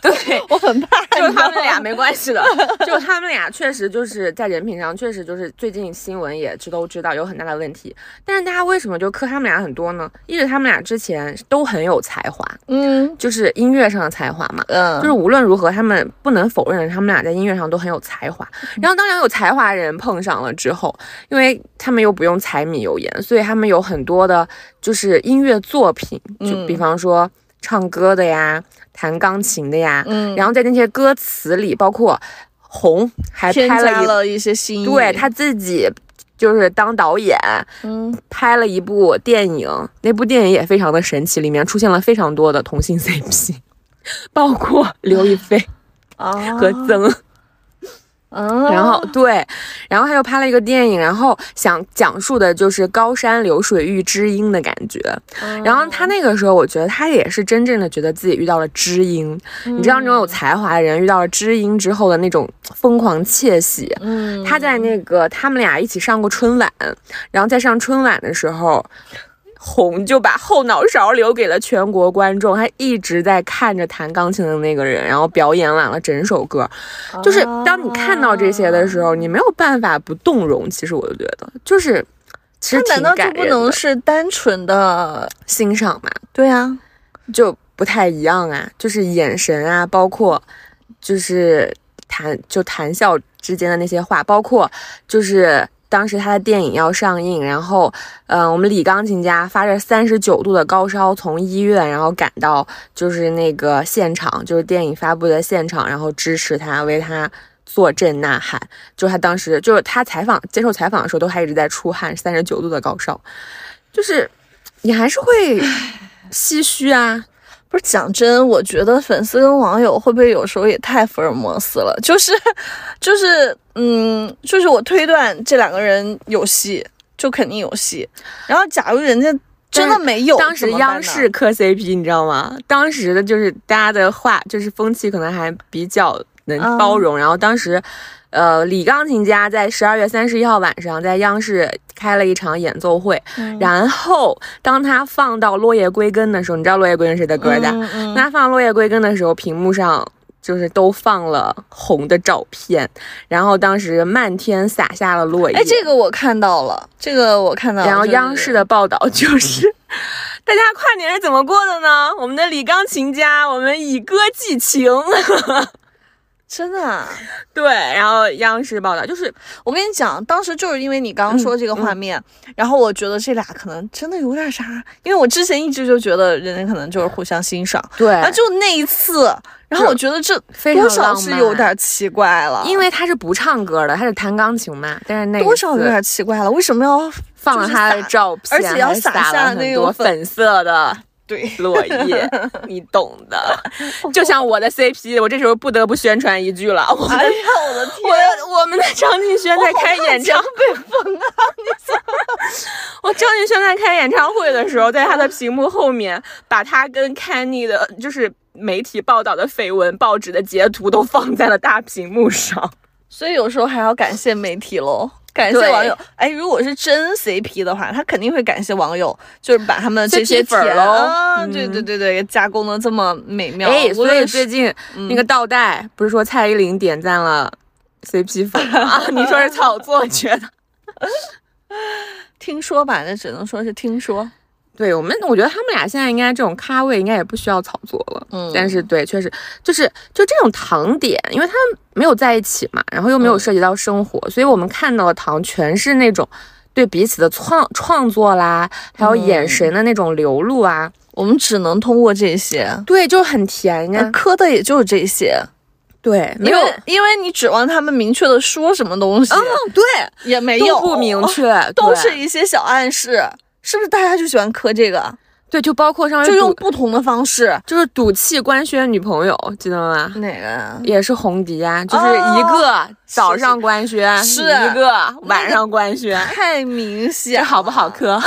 [SPEAKER 1] 对，
[SPEAKER 2] 我很怕，
[SPEAKER 1] 就他
[SPEAKER 2] 你
[SPEAKER 1] 们
[SPEAKER 2] 知道
[SPEAKER 1] 俩
[SPEAKER 2] 吗
[SPEAKER 1] 没关系 的，就他们俩确实就是在人品上，确实就是最近新闻也知都知道有很大的问题。但是大家为什么就磕他们俩很多呢？一是他们俩之前都很有才华，
[SPEAKER 2] 嗯
[SPEAKER 1] 就是音乐上的才华嘛。
[SPEAKER 2] 嗯，
[SPEAKER 1] 就是无论如何，他们不能否认，他们俩在音乐上都很有才华。然后，当两个有才华的人碰上了之后，因为他们又不用柴米油盐，所以他们有很多的，就是音乐作品，就
[SPEAKER 2] 嗯
[SPEAKER 1] 比方说唱歌的呀，弹钢琴的呀，
[SPEAKER 2] 嗯，
[SPEAKER 1] 然后在那些歌词里，包括红还
[SPEAKER 2] 添
[SPEAKER 1] 拍
[SPEAKER 2] 加
[SPEAKER 1] 了一，
[SPEAKER 2] 了一些新意，
[SPEAKER 1] 对他自己就是当导演，
[SPEAKER 2] 嗯
[SPEAKER 1] 拍了一部电影，那部电影也非常的神奇，里面出现了非常多的同性 CP，包括刘亦菲
[SPEAKER 2] 啊
[SPEAKER 1] 和曾，
[SPEAKER 2] 嗯，
[SPEAKER 1] 然后对，然后他又拍了一个电影，然后想讲述的就是高山流水遇知音的感觉。
[SPEAKER 2] 嗯
[SPEAKER 1] 然后他那个时候，我觉得他也是真正的觉得自己遇到了知音。你知道那种有才华的人遇到了知音之后的那种疯狂窃喜，
[SPEAKER 2] 嗯
[SPEAKER 1] 他在那个他们俩一起上过春晚，然后在上春晚的时候，红就把后脑勺留给了全国观众，他一直在看着弹钢琴的那个人，然后表演完了整首歌。就是
[SPEAKER 2] 啊
[SPEAKER 1] 当你看到这些的时候，你没有办法不动容。其实我觉得，就是其实
[SPEAKER 2] 那
[SPEAKER 1] 挺
[SPEAKER 2] 难道就
[SPEAKER 1] 感
[SPEAKER 2] 不
[SPEAKER 1] 人
[SPEAKER 2] 能
[SPEAKER 1] 的
[SPEAKER 2] 是单纯的？
[SPEAKER 1] 欣赏嘛，
[SPEAKER 2] 对啊，
[SPEAKER 1] 就不太一样啊，就是眼神啊，包括就是谈就谈笑之间的那些话，包括就是当时他的电影要上映，然后嗯、呃我们李钢琴家发着三十九度的高烧从医院，然后赶到就是那个现场，就是电影发布的现场，然后支持他，为他。坐镇呐喊，就是他当时就是他采访接受采访的时候，都还一直在出汗，三十九度的高烧，就是你还是会 唏嘘啊，
[SPEAKER 2] 不是讲真，我觉得粉丝跟网友会不会有时候也太福尔摩斯了？就是， 就是，嗯，就是我推断这两个人有戏，就肯定有戏。然后，假如人家真的没有，
[SPEAKER 1] 当时
[SPEAKER 2] 怎么办呢
[SPEAKER 1] 央视磕 CP，你知道吗？当时的就是大家的话，就是风气可能还比较能
[SPEAKER 2] 嗯
[SPEAKER 1] 包容。然后当时，呃，李钢琴家在十二月三十一号晚上在央视开了一场演奏会。
[SPEAKER 2] 嗯
[SPEAKER 1] 然后当他放到《落叶归根》的时候，你知道《落叶归根》是谁的歌的？
[SPEAKER 2] 嗯嗯
[SPEAKER 1] 那他放《落叶归根》的时候，屏幕上。就是都放了红的照片，然后当时漫天撒下了落叶。
[SPEAKER 2] 哎，这个我看到了，这个我看到了。
[SPEAKER 1] 然后
[SPEAKER 2] 就是
[SPEAKER 1] 央视的报道就是， 大家跨年是怎么过的呢？我们的李钢琴家，我们以歌寄情。
[SPEAKER 2] 真的、啊，
[SPEAKER 1] 对，然后央视报道就是，
[SPEAKER 2] 我跟你讲，当时就是因为你刚刚说这个画
[SPEAKER 1] 嗯
[SPEAKER 2] 面，然后我觉得这俩可能真的有点啥，因为我之前一直就觉得人家可能就是互相欣赏。
[SPEAKER 1] 对
[SPEAKER 2] 啊，就那一次，然后我觉得这
[SPEAKER 1] 非常
[SPEAKER 2] 多少
[SPEAKER 1] 浪
[SPEAKER 2] 是
[SPEAKER 1] 漫
[SPEAKER 2] 有点奇怪了，
[SPEAKER 1] 因为他是不唱歌的，他是弹钢琴嘛，但是那
[SPEAKER 2] 多
[SPEAKER 1] 一
[SPEAKER 2] 少有
[SPEAKER 1] 次
[SPEAKER 2] 点奇怪了，为什么要
[SPEAKER 1] 放了
[SPEAKER 2] 就是
[SPEAKER 1] 他的
[SPEAKER 2] 撒
[SPEAKER 1] 照片，
[SPEAKER 2] 而且要
[SPEAKER 1] 还
[SPEAKER 2] 撒
[SPEAKER 1] 撒
[SPEAKER 2] 下
[SPEAKER 1] 了
[SPEAKER 2] 那
[SPEAKER 1] 很
[SPEAKER 2] 个
[SPEAKER 1] 多
[SPEAKER 2] 粉
[SPEAKER 1] 粉色的
[SPEAKER 2] 对？
[SPEAKER 1] 落叶，你懂的。 就像我的 CP，我这时候不得不宣传一句了，我们
[SPEAKER 2] 哎
[SPEAKER 1] 的啊
[SPEAKER 2] 呀，我的天！
[SPEAKER 1] 我我们的张敬轩在开演唱
[SPEAKER 2] 被封啊！
[SPEAKER 1] 我张敬轩在开演唱会的时候，在他的屏幕后面，把他跟 Kenny 的，就是媒体报道的绯闻、报纸的截图都放在了大屏幕上。
[SPEAKER 2] 所以有时候还要感谢媒体喽，感谢
[SPEAKER 1] 对
[SPEAKER 2] 网友。哎，如果是真 CP 的话，他肯定会感谢网友，就是把他们这
[SPEAKER 1] CP
[SPEAKER 2] 些
[SPEAKER 1] 粉儿
[SPEAKER 2] 甜
[SPEAKER 1] 喽
[SPEAKER 2] 啊
[SPEAKER 1] 嗯
[SPEAKER 2] 对对对对，加工的这么美妙。
[SPEAKER 1] 哎，
[SPEAKER 2] 无
[SPEAKER 1] 所以
[SPEAKER 2] 论
[SPEAKER 1] 最
[SPEAKER 2] 是
[SPEAKER 1] 近那个倒带、不是说蔡依林点赞了 CP 粉吗？ 啊你说是炒作？觉得？
[SPEAKER 2] 听说吧，那只能说是听说。
[SPEAKER 1] 对我们，我觉得他们俩现在应该这种咖位应该也不需要炒作了。
[SPEAKER 2] 嗯
[SPEAKER 1] 但是对，确实就是就这种糖点，因为他们没有在一起嘛，然后又没有涉及到生活，所以我们看到的糖全是那种对彼此的创创作啦，还有眼神的那种流露啊，
[SPEAKER 2] 我们只能通过这些，
[SPEAKER 1] 对，就很甜呀、
[SPEAKER 2] 磕的也就是这些。
[SPEAKER 1] 对，没
[SPEAKER 2] 因
[SPEAKER 1] 有，
[SPEAKER 2] 为因为你指望他们明确的说什么东西，
[SPEAKER 1] 嗯，对，
[SPEAKER 2] 也没有哦
[SPEAKER 1] 都不明，确，
[SPEAKER 2] 都
[SPEAKER 1] 哦对
[SPEAKER 2] 是一些小暗示，是不是大家就喜欢磕这个，
[SPEAKER 1] 哎对，就包括上
[SPEAKER 2] 就
[SPEAKER 1] 面
[SPEAKER 2] 用
[SPEAKER 1] 赌，
[SPEAKER 2] 不同的方式？
[SPEAKER 1] 就是赌气官宣女朋友，记得吗？
[SPEAKER 2] 哪个呀？
[SPEAKER 1] 也是红迪呀、就是一个早上官宣，
[SPEAKER 2] 是
[SPEAKER 1] 一个晚上官宣，
[SPEAKER 2] 太明显
[SPEAKER 1] 这
[SPEAKER 2] 了，
[SPEAKER 1] 好不好 磕？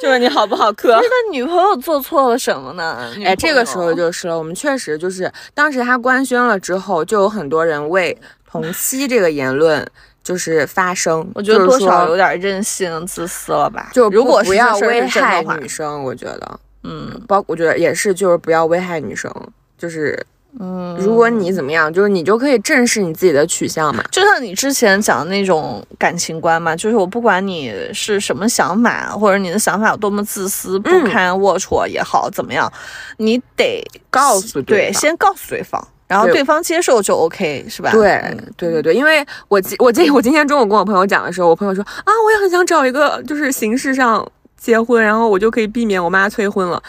[SPEAKER 1] 就是你好不好磕
[SPEAKER 2] 那？个女朋友做错了什么呢？女朋
[SPEAKER 1] 哎，
[SPEAKER 2] 友
[SPEAKER 1] 这个时候就是了，我们确实就是当时他官宣了之后，就有很多人为同妻这个言论就是发声，
[SPEAKER 2] 我觉得
[SPEAKER 1] 就是
[SPEAKER 2] 多
[SPEAKER 1] 说
[SPEAKER 2] 少有点任性自私了吧。
[SPEAKER 1] 就
[SPEAKER 2] 如果
[SPEAKER 1] 不
[SPEAKER 2] 是
[SPEAKER 1] 要
[SPEAKER 2] 这事儿
[SPEAKER 1] 危
[SPEAKER 2] 是真的
[SPEAKER 1] 害
[SPEAKER 2] 话
[SPEAKER 1] 女生，我觉得
[SPEAKER 2] 嗯
[SPEAKER 1] 包我觉得也是，就是不要危害女生。就是
[SPEAKER 2] 嗯，
[SPEAKER 1] 如果你怎么样，就是你就可以正视你自己的取向嘛。
[SPEAKER 2] 就像你之前讲的那种感情观嘛，就是我不管你是什么想法，或者你的想法有多么自私、不堪、龌龊也好，怎么样，你得
[SPEAKER 1] 告诉
[SPEAKER 2] 对，
[SPEAKER 1] 对方
[SPEAKER 2] 先告诉对方，然后
[SPEAKER 1] 对
[SPEAKER 2] 对方接受就 OK，是吧？嗯
[SPEAKER 1] 对对对对，因为我今我今我今天中午跟我朋友讲的时候，我朋友说啊，我也很想找一个就是形式上结婚，然后我就可以避免我妈催婚了，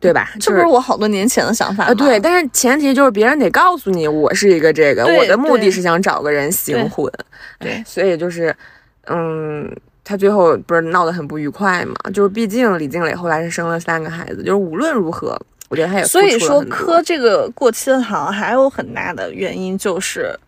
[SPEAKER 1] 对吧？
[SPEAKER 2] 这
[SPEAKER 1] 就
[SPEAKER 2] 不是我好多年前的想法吗？
[SPEAKER 1] 呃对，但是前提就是别人得告诉你我是一个这个，
[SPEAKER 2] 对
[SPEAKER 1] 我的目
[SPEAKER 2] 对
[SPEAKER 1] 的是想找个人行婚，
[SPEAKER 2] 对对
[SPEAKER 1] 哎所以就是嗯。他最后不是闹得很不愉快嘛？就是毕竟李静蕾后来是生了三个孩子，就是无论如何，我觉得他也
[SPEAKER 2] 所以
[SPEAKER 1] 付出了
[SPEAKER 2] 说
[SPEAKER 1] 很多
[SPEAKER 2] 磕这个过期的糖还有很大的原因就是，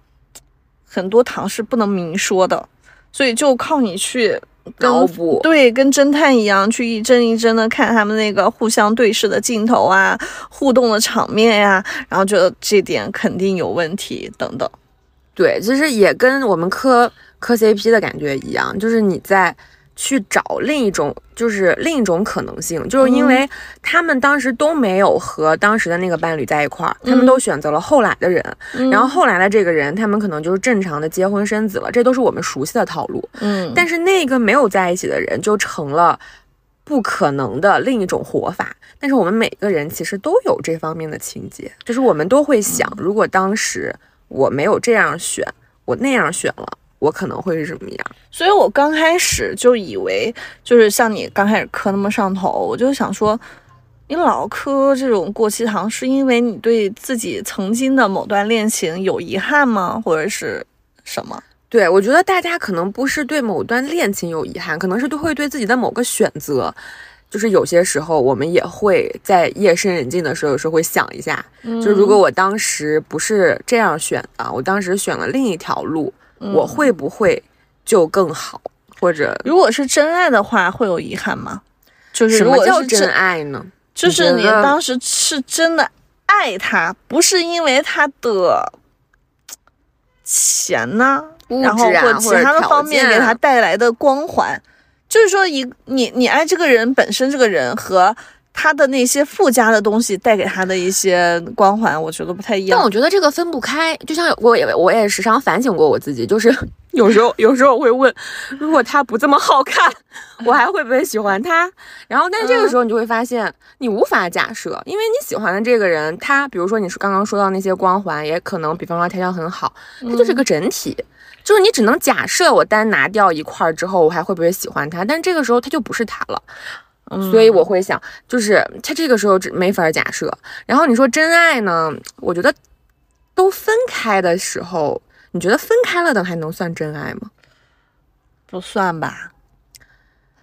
[SPEAKER 2] 很多糖是不能明说的，所以就靠你去跟
[SPEAKER 1] 脑补
[SPEAKER 2] 对，跟侦探一样去一帧一帧的看他们那个互相对视的镜头啊，互动的场面呀、然后觉得这点肯定有问题等等。
[SPEAKER 1] 对，其实也跟我们磕磕 CP 的感觉一样，就是你在去找另一种，就是另一种可能性，就是
[SPEAKER 2] 嗯
[SPEAKER 1] 因为他们当时都没有和当时的那个伴侣在一块儿，他们
[SPEAKER 2] 嗯
[SPEAKER 1] 都选择了后来的人，
[SPEAKER 2] 嗯
[SPEAKER 1] 然后后来的这个人，他们可能就是正常的结婚生子了，这都是我们熟悉的套路。
[SPEAKER 2] 嗯，
[SPEAKER 1] 但是那个没有在一起的人就成了。不可能的另一种活法，但是我们每个人其实都有这方面的情节，就是我们都会想，如果当时我没有这样选，我那样选了，我可能会是什么样？
[SPEAKER 2] 所以我刚开始就以为，就是像你刚开始磕那么上头，我就想说，你老磕这种过期糖，是因为你对自己曾经的某段恋情有遗憾吗？或者是什么？
[SPEAKER 1] 对我觉得大家可能不是对某段恋情有遗憾，可能是对会对自己的某个选择，就是有些时候我们也会在夜深人静的时候，有时候会想一下，就是如果我当时不是这样选的，我当时选了另一条路，我会不会就更好？或者
[SPEAKER 2] 如果是真爱的话，会有遗憾吗？就是
[SPEAKER 1] 什
[SPEAKER 2] 如
[SPEAKER 1] 么
[SPEAKER 2] 果
[SPEAKER 1] 叫
[SPEAKER 2] 是
[SPEAKER 1] 真，爱呢？
[SPEAKER 2] 就是你
[SPEAKER 1] 你觉得
[SPEAKER 2] 当时是真的爱他，不是因为他的钱呐、
[SPEAKER 1] 物
[SPEAKER 2] 然后
[SPEAKER 1] 质啊，
[SPEAKER 2] 或
[SPEAKER 1] 或
[SPEAKER 2] 其
[SPEAKER 1] 者
[SPEAKER 2] 他的
[SPEAKER 1] 条
[SPEAKER 2] 方面
[SPEAKER 1] 件
[SPEAKER 2] 给
[SPEAKER 1] 啊
[SPEAKER 2] 他带来的光环。就是说一，你你爱这个人本身，这个人和他的那些附加的东西带给他的一些光环，我觉得不太一
[SPEAKER 1] 但我
[SPEAKER 2] 样。
[SPEAKER 1] 觉得这个分不开，就像我也我也时常反省过我自己，就是 有时候有时候我会问，如果他不这么好看， 我还会不会喜欢他？然后，但是这
[SPEAKER 2] 嗯
[SPEAKER 1] 个时候你就会发现，你无法假设，因为你喜欢的这个人，他比如说你是刚刚说到那些光环，也可能比方说条件很好，他就是
[SPEAKER 2] 嗯
[SPEAKER 1] 个整体。就是你只能假设我单拿掉一块儿之后，我还会不会喜欢他？但这个时候他就不是他了，
[SPEAKER 2] 嗯
[SPEAKER 1] 所以我会想，就是他这个时候只没法假设。然后你说真爱呢？我觉得都分开的时候，你觉得分开了的还能算真爱吗？
[SPEAKER 2] 不算吧。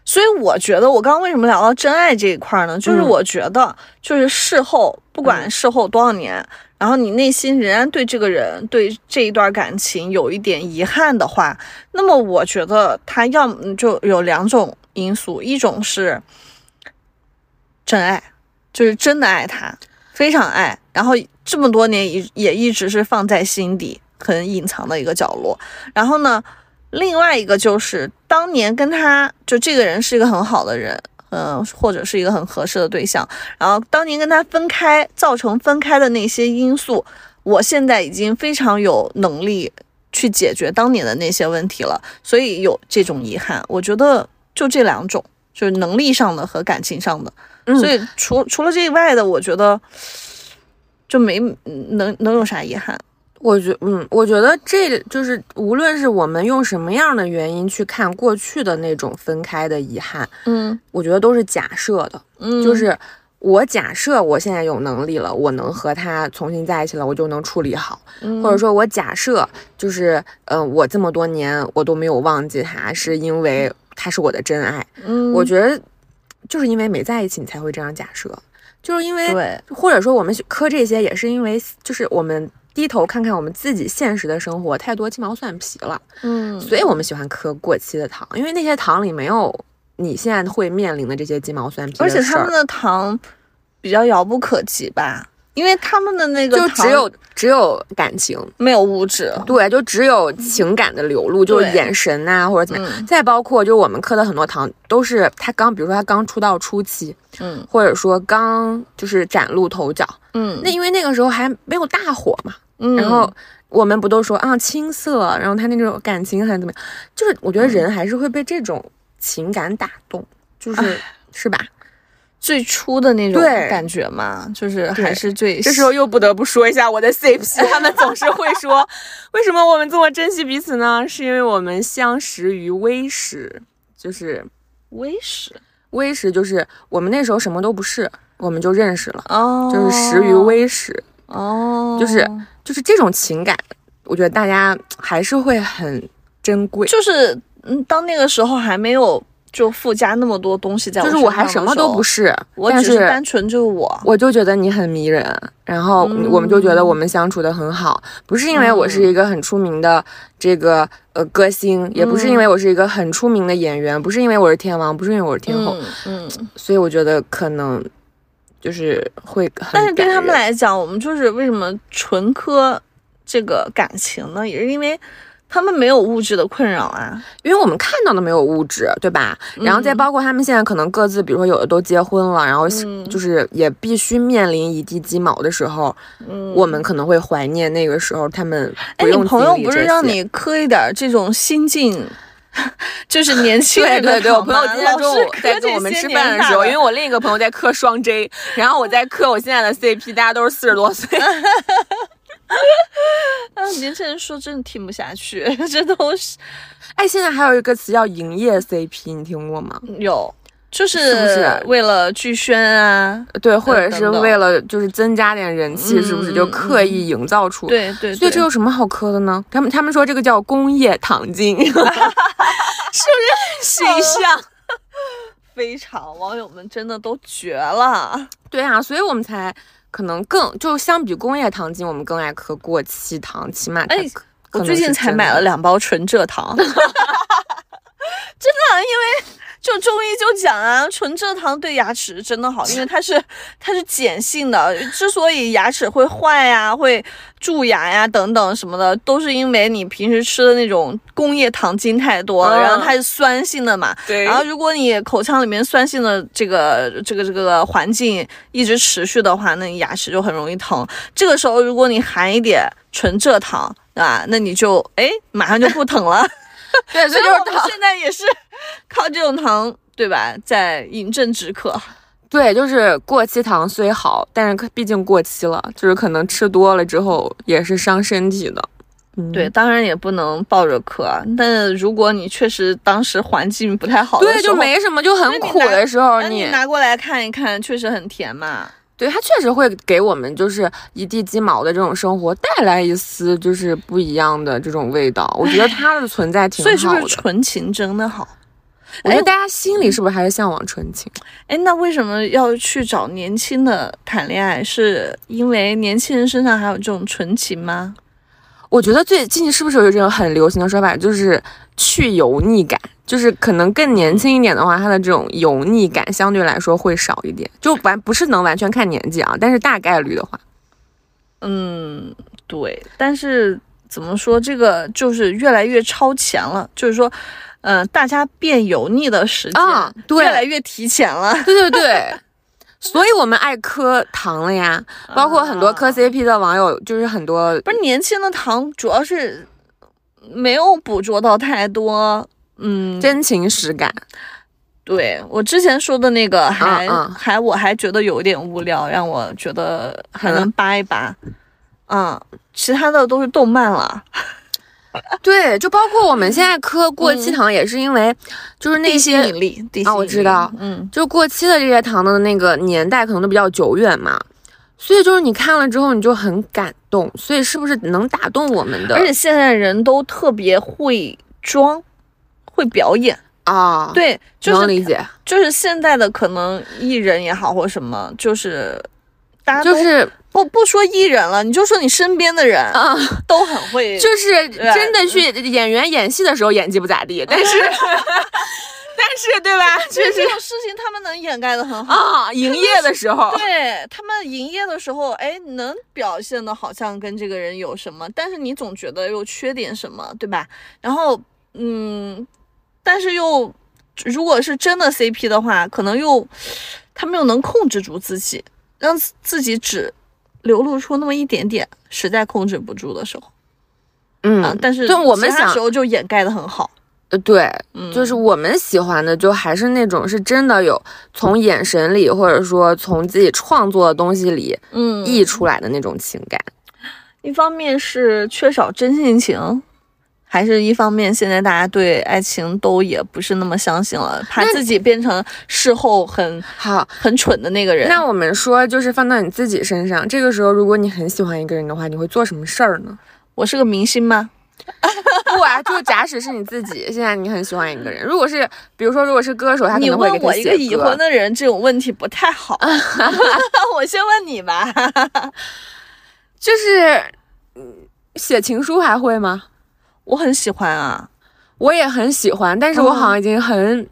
[SPEAKER 2] 所以我觉得，我刚刚为什么聊到真爱这一块儿呢？就是
[SPEAKER 1] 嗯
[SPEAKER 2] 我觉得，就是事后，不管事后多少年，然后你内心仍然对这个人、对这一段感情有一点遗憾的话，那么我觉得他要么就有两种因素，一种是真爱，就是真的爱他，非常爱，然后这么多年也也一直是放在心底，很隐藏的一个角落。然后呢，另外一个就是当年跟他就这个人是一个很好的人，嗯、或者是一个很合适的对象，然后当年跟他分开造成分开的那些因素，我现在已经非常有能力去解决当年的那些问题了，所以有这种遗憾。我觉得就这两种，就是能力上的和感情上的。
[SPEAKER 1] 嗯
[SPEAKER 2] 所以除除了这以外的，我觉得就没嗯能能有啥遗憾。
[SPEAKER 1] 我觉嗯，我觉得这就是无论是我们用什么样的原因去看过去的那种分开的遗憾，
[SPEAKER 2] 嗯
[SPEAKER 1] 我觉得都是假设的，
[SPEAKER 2] 嗯
[SPEAKER 1] 就是。我假设我现在有能力了，我能和他重新在一起了，我就能处理好。或者
[SPEAKER 2] 说
[SPEAKER 1] 说我假设就是，嗯、我这么多年我都没有忘记他，是因为他是我的真爱。
[SPEAKER 2] 嗯
[SPEAKER 1] 我觉得就是因为没在一起，你才会这样假设，就是因为
[SPEAKER 2] 对，
[SPEAKER 1] 或者说我们磕这些也是因为，就是我们低头看看我们自己现实的生活太多鸡毛蒜皮了，
[SPEAKER 2] 嗯
[SPEAKER 1] 所以我们喜欢磕过期的糖，因为那些糖里没有你现在会面临的这些鸡毛蒜皮的
[SPEAKER 2] 而
[SPEAKER 1] 事儿，
[SPEAKER 2] 且他们的糖比较遥不可及吧，因为他们的那个
[SPEAKER 1] 就
[SPEAKER 2] 糖
[SPEAKER 1] 只有只有感情，
[SPEAKER 2] 没有物质，
[SPEAKER 1] 对，就只有情感的流露，就是
[SPEAKER 2] 嗯对
[SPEAKER 1] 眼神呐、或者怎么样。
[SPEAKER 2] 嗯
[SPEAKER 1] 再包括就是我们磕的很多糖都是他刚，比如说他刚出道初期，
[SPEAKER 2] 嗯
[SPEAKER 1] 或者说刚就是崭露头角，
[SPEAKER 2] 嗯
[SPEAKER 1] 那因为那个时候还没有大火嘛，
[SPEAKER 2] 嗯，
[SPEAKER 1] 然后。我们不都说啊青涩，然后他那种感情很怎么样？就是我觉得人还是会被这种情感打动，就是是吧？
[SPEAKER 2] 最初的那种
[SPEAKER 1] 对
[SPEAKER 2] 感觉嘛，就是
[SPEAKER 1] 对
[SPEAKER 2] 还是最
[SPEAKER 1] 这时候又不得不说一下我的 CP，他们总是会说，为什么我们这么珍惜彼此呢？是因为我们相识于微时，就是
[SPEAKER 2] 微时
[SPEAKER 1] 微时，就是我们那时候什么都不是，我们就认识了，
[SPEAKER 2] 哦，
[SPEAKER 1] 就是识于微时，
[SPEAKER 2] 哦，
[SPEAKER 1] 就是就是这种情感，我觉得大家还是会很珍贵。
[SPEAKER 2] 就是嗯，当那个时候还没有就附加那么多东西在
[SPEAKER 1] 就是
[SPEAKER 2] 身
[SPEAKER 1] 我
[SPEAKER 2] 上
[SPEAKER 1] 还
[SPEAKER 2] 的
[SPEAKER 1] 什么
[SPEAKER 2] 时
[SPEAKER 1] 都
[SPEAKER 2] 候
[SPEAKER 1] 不，是，
[SPEAKER 2] 我
[SPEAKER 1] 但
[SPEAKER 2] 只是
[SPEAKER 1] 是
[SPEAKER 2] 单纯就是我，
[SPEAKER 1] 我就觉得你很迷人，然后
[SPEAKER 2] 嗯
[SPEAKER 1] 我们就觉得我们相处的很好，不是因为我是一个很出名的这个呃歌星，也不是
[SPEAKER 2] 嗯
[SPEAKER 1] 因为我是一个很出名的演员，不是因为我是天王，不是因为我是天后，
[SPEAKER 2] 嗯，嗯，
[SPEAKER 1] 所以我觉得可能就是会很
[SPEAKER 2] 但是对
[SPEAKER 1] 感
[SPEAKER 2] 他们
[SPEAKER 1] 人
[SPEAKER 2] 来讲，我们就是为什么纯科这个感情呢？也是因为他们没有物质的困扰啊，
[SPEAKER 1] 因为我们看到的没有物质，对吧？然后再包括他们现在可能各自，比如说有的都结婚了，然后
[SPEAKER 2] 嗯
[SPEAKER 1] 就是也必须面临一地鸡毛的时候，
[SPEAKER 2] 嗯，
[SPEAKER 1] 我们可能会怀念那个时候他们不
[SPEAKER 2] 哎，你
[SPEAKER 1] 用
[SPEAKER 2] 朋
[SPEAKER 1] 经
[SPEAKER 2] 友
[SPEAKER 1] 历
[SPEAKER 2] 不是
[SPEAKER 1] 这
[SPEAKER 2] 让
[SPEAKER 1] 些
[SPEAKER 2] 你磕一点儿这种新 晋，就是年轻
[SPEAKER 1] 对
[SPEAKER 2] 人的
[SPEAKER 1] 对对，我
[SPEAKER 2] 糖
[SPEAKER 1] 朋友
[SPEAKER 2] 吗
[SPEAKER 1] 今天
[SPEAKER 2] 老
[SPEAKER 1] 中
[SPEAKER 2] 是
[SPEAKER 1] 午
[SPEAKER 2] 磕
[SPEAKER 1] 在跟
[SPEAKER 2] 这
[SPEAKER 1] 我们
[SPEAKER 2] 些
[SPEAKER 1] 吃
[SPEAKER 2] 年
[SPEAKER 1] 饭的
[SPEAKER 2] 大
[SPEAKER 1] 时候，因为我另一个朋友在磕双 J，然后我在磕我现在的 CP，大家都是四十多岁。
[SPEAKER 2] 啊，年轻人说真的听不下去， 这都是
[SPEAKER 1] 哎，现在还有一个词叫营业 CP，你听过吗？
[SPEAKER 2] 有，就是
[SPEAKER 1] 不是啊
[SPEAKER 2] 为了剧宣啊，
[SPEAKER 1] 对，或者
[SPEAKER 2] 等
[SPEAKER 1] 是
[SPEAKER 2] 等
[SPEAKER 1] 为了就是增加点人气，是不是就
[SPEAKER 2] 嗯嗯
[SPEAKER 1] 刻意营造出？。
[SPEAKER 2] 对对
[SPEAKER 1] 所
[SPEAKER 2] 对，
[SPEAKER 1] 以这有什么好磕的呢？他们他们说这个叫工业糖精，是不是形象？
[SPEAKER 2] 非常网友们真的都绝了，
[SPEAKER 1] 对啊，所以我们才可能更就相比工业糖精，我们更爱磕过期糖，起码它
[SPEAKER 2] 哎
[SPEAKER 1] 可
[SPEAKER 2] 我
[SPEAKER 1] 可
[SPEAKER 2] 最
[SPEAKER 1] 能
[SPEAKER 2] 近
[SPEAKER 1] 是
[SPEAKER 2] 才
[SPEAKER 1] 真
[SPEAKER 2] 买
[SPEAKER 1] 的
[SPEAKER 2] 了两包纯蔗 糖，真的，因为就中医就讲啊，纯蔗糖对牙齿真的好，因为它是它是碱性的， 之所以牙齿会坏呀、会蛀牙呀、等等什么的，都是因为你平时吃的那种工业糖精太多了，
[SPEAKER 1] 嗯
[SPEAKER 2] 然后它是酸性的嘛，
[SPEAKER 1] 对
[SPEAKER 2] 然后如果你口腔里面酸性的这个这个这个环境一直持续的话，那你牙齿就很容易疼。这个时候如果你含一点纯蔗糖，对吧？那你就哎马上就不疼 了。
[SPEAKER 1] 对，所
[SPEAKER 2] 所
[SPEAKER 1] 以就
[SPEAKER 2] 以
[SPEAKER 1] 是
[SPEAKER 2] 我们
[SPEAKER 1] 糖
[SPEAKER 2] 现在也是 靠这种糖，对吧，在饮鸩止渴。
[SPEAKER 1] 对，就是过期糖虽好，但是可毕竟过期了，就是可能吃多了之后也是伤身体的。嗯
[SPEAKER 2] 对，当然也不能抱着嗑啊，但如果你确实当时环境不太好的时
[SPEAKER 1] 对，
[SPEAKER 2] 候，
[SPEAKER 1] 就没什么，就很苦
[SPEAKER 2] 那你拿
[SPEAKER 1] 的时候
[SPEAKER 2] 那
[SPEAKER 1] 你，
[SPEAKER 2] 你拿过来看一看，确实很甜嘛。
[SPEAKER 1] 对它确实会给我们就是一地鸡毛的这种生活带来一丝就是不一样的这种味道。我觉得它的存在挺
[SPEAKER 2] 所以是
[SPEAKER 1] 好
[SPEAKER 2] 不
[SPEAKER 1] 的
[SPEAKER 2] 是，纯哎情真的好？
[SPEAKER 1] 我觉得大家心里是不是还是向往纯情？
[SPEAKER 2] 哎，那为什么要去找年轻的谈恋爱？是因为年轻人身上还有这种纯情吗？
[SPEAKER 1] 我觉得最近是不是有一种很流行的说法，就是去油腻感，就是可能更年轻一点的话，它的这种油腻感相对来说会少一点，就完不是能完全看年纪啊，但是大概率的话，
[SPEAKER 2] 嗯，对。但是怎么说，这个就是越来越超前了，就是说，嗯、大家变油腻的时间、
[SPEAKER 1] 啊对
[SPEAKER 2] 越来越提前了。
[SPEAKER 1] 对对对。所以我们爱磕糖了呀，包括很多磕
[SPEAKER 2] 啊
[SPEAKER 1] CP 的网友，就是很多
[SPEAKER 2] 不是年轻的糖，主要是没有捕捉到太多。嗯，
[SPEAKER 1] 真情实感。
[SPEAKER 2] 对我之前说的那个还、
[SPEAKER 1] 嗯
[SPEAKER 2] 还我还觉得有一点无聊，让我觉得还能扒一扒。嗯，其他的都是动漫了，
[SPEAKER 1] 对，就包括我们现在磕过期糖，也是因为就是那
[SPEAKER 2] 地心
[SPEAKER 1] 些
[SPEAKER 2] 引力，地心引力
[SPEAKER 1] 啊我知道
[SPEAKER 2] 嗯，
[SPEAKER 1] 就过期的这些糖的那个年代可能都比较久远嘛，所以就是你看了之后你就很感动，所以是不是能打动我们的？
[SPEAKER 2] 而且现在人都特别会装，会表演，
[SPEAKER 1] 啊，，
[SPEAKER 2] 对，就
[SPEAKER 1] 能
[SPEAKER 2] 是
[SPEAKER 1] 理解，
[SPEAKER 2] 就是现在的可能艺人也好或什么，就是大家都
[SPEAKER 1] 就是
[SPEAKER 2] 不不说艺人了，你就说你身边的人
[SPEAKER 1] 啊，
[SPEAKER 2] 都很会，
[SPEAKER 1] 就是
[SPEAKER 2] 对
[SPEAKER 1] 真的去演员演戏的时候演技不咋地，但是但但是对吧？
[SPEAKER 2] 其
[SPEAKER 1] 确
[SPEAKER 2] 实这
[SPEAKER 1] 实
[SPEAKER 2] 种事情他们能掩盖的很好。
[SPEAKER 1] 啊，营业的时候，
[SPEAKER 2] 对他们营业的时候，哎，能表现的好像跟这个人有什么，但是你总觉得又缺点什么，对吧？然后，嗯，但是又如果是真的 CP 的话，可能又他们又能控制住自己，让自自己只流露出那么一点点，实在控制不住的时候啊
[SPEAKER 1] 嗯。，
[SPEAKER 2] 但是
[SPEAKER 1] 对我们
[SPEAKER 2] 其他
[SPEAKER 1] 想
[SPEAKER 2] 时候就掩盖的很好，
[SPEAKER 1] 呃对，
[SPEAKER 2] 嗯，
[SPEAKER 1] 就是我们喜欢的，就还是那种是真的有从眼神里，或者说从自己创作的东西里
[SPEAKER 2] 嗯，
[SPEAKER 1] 溢出来的那种情感。
[SPEAKER 2] 一方面是缺少真性情，还是一方面现在大家对爱情都也不是那么相信了，怕自己变成事后很
[SPEAKER 1] 好，
[SPEAKER 2] 很蠢的那个人。
[SPEAKER 1] 那我们说，就是放到你自己身上，这个时候，如果你很喜欢一个人的话，你会做什么事儿 呢？
[SPEAKER 2] 我是个明星吗？
[SPEAKER 1] 不啊，就假使是你自己，现在你很喜欢一个人，如果是，比如说，如果是歌手，他可
[SPEAKER 2] 你
[SPEAKER 1] 能会
[SPEAKER 2] 问
[SPEAKER 1] 给
[SPEAKER 2] 我
[SPEAKER 1] 他
[SPEAKER 2] 一个
[SPEAKER 1] 写
[SPEAKER 2] 已
[SPEAKER 1] 歌。啊
[SPEAKER 2] 婚的人这种问题不太好， 我先问你吧。
[SPEAKER 1] 就是，嗯写情书还会吗？
[SPEAKER 2] 我很喜欢啊，
[SPEAKER 1] 我也很喜欢，但是我
[SPEAKER 2] 哦
[SPEAKER 1] 好像已经很，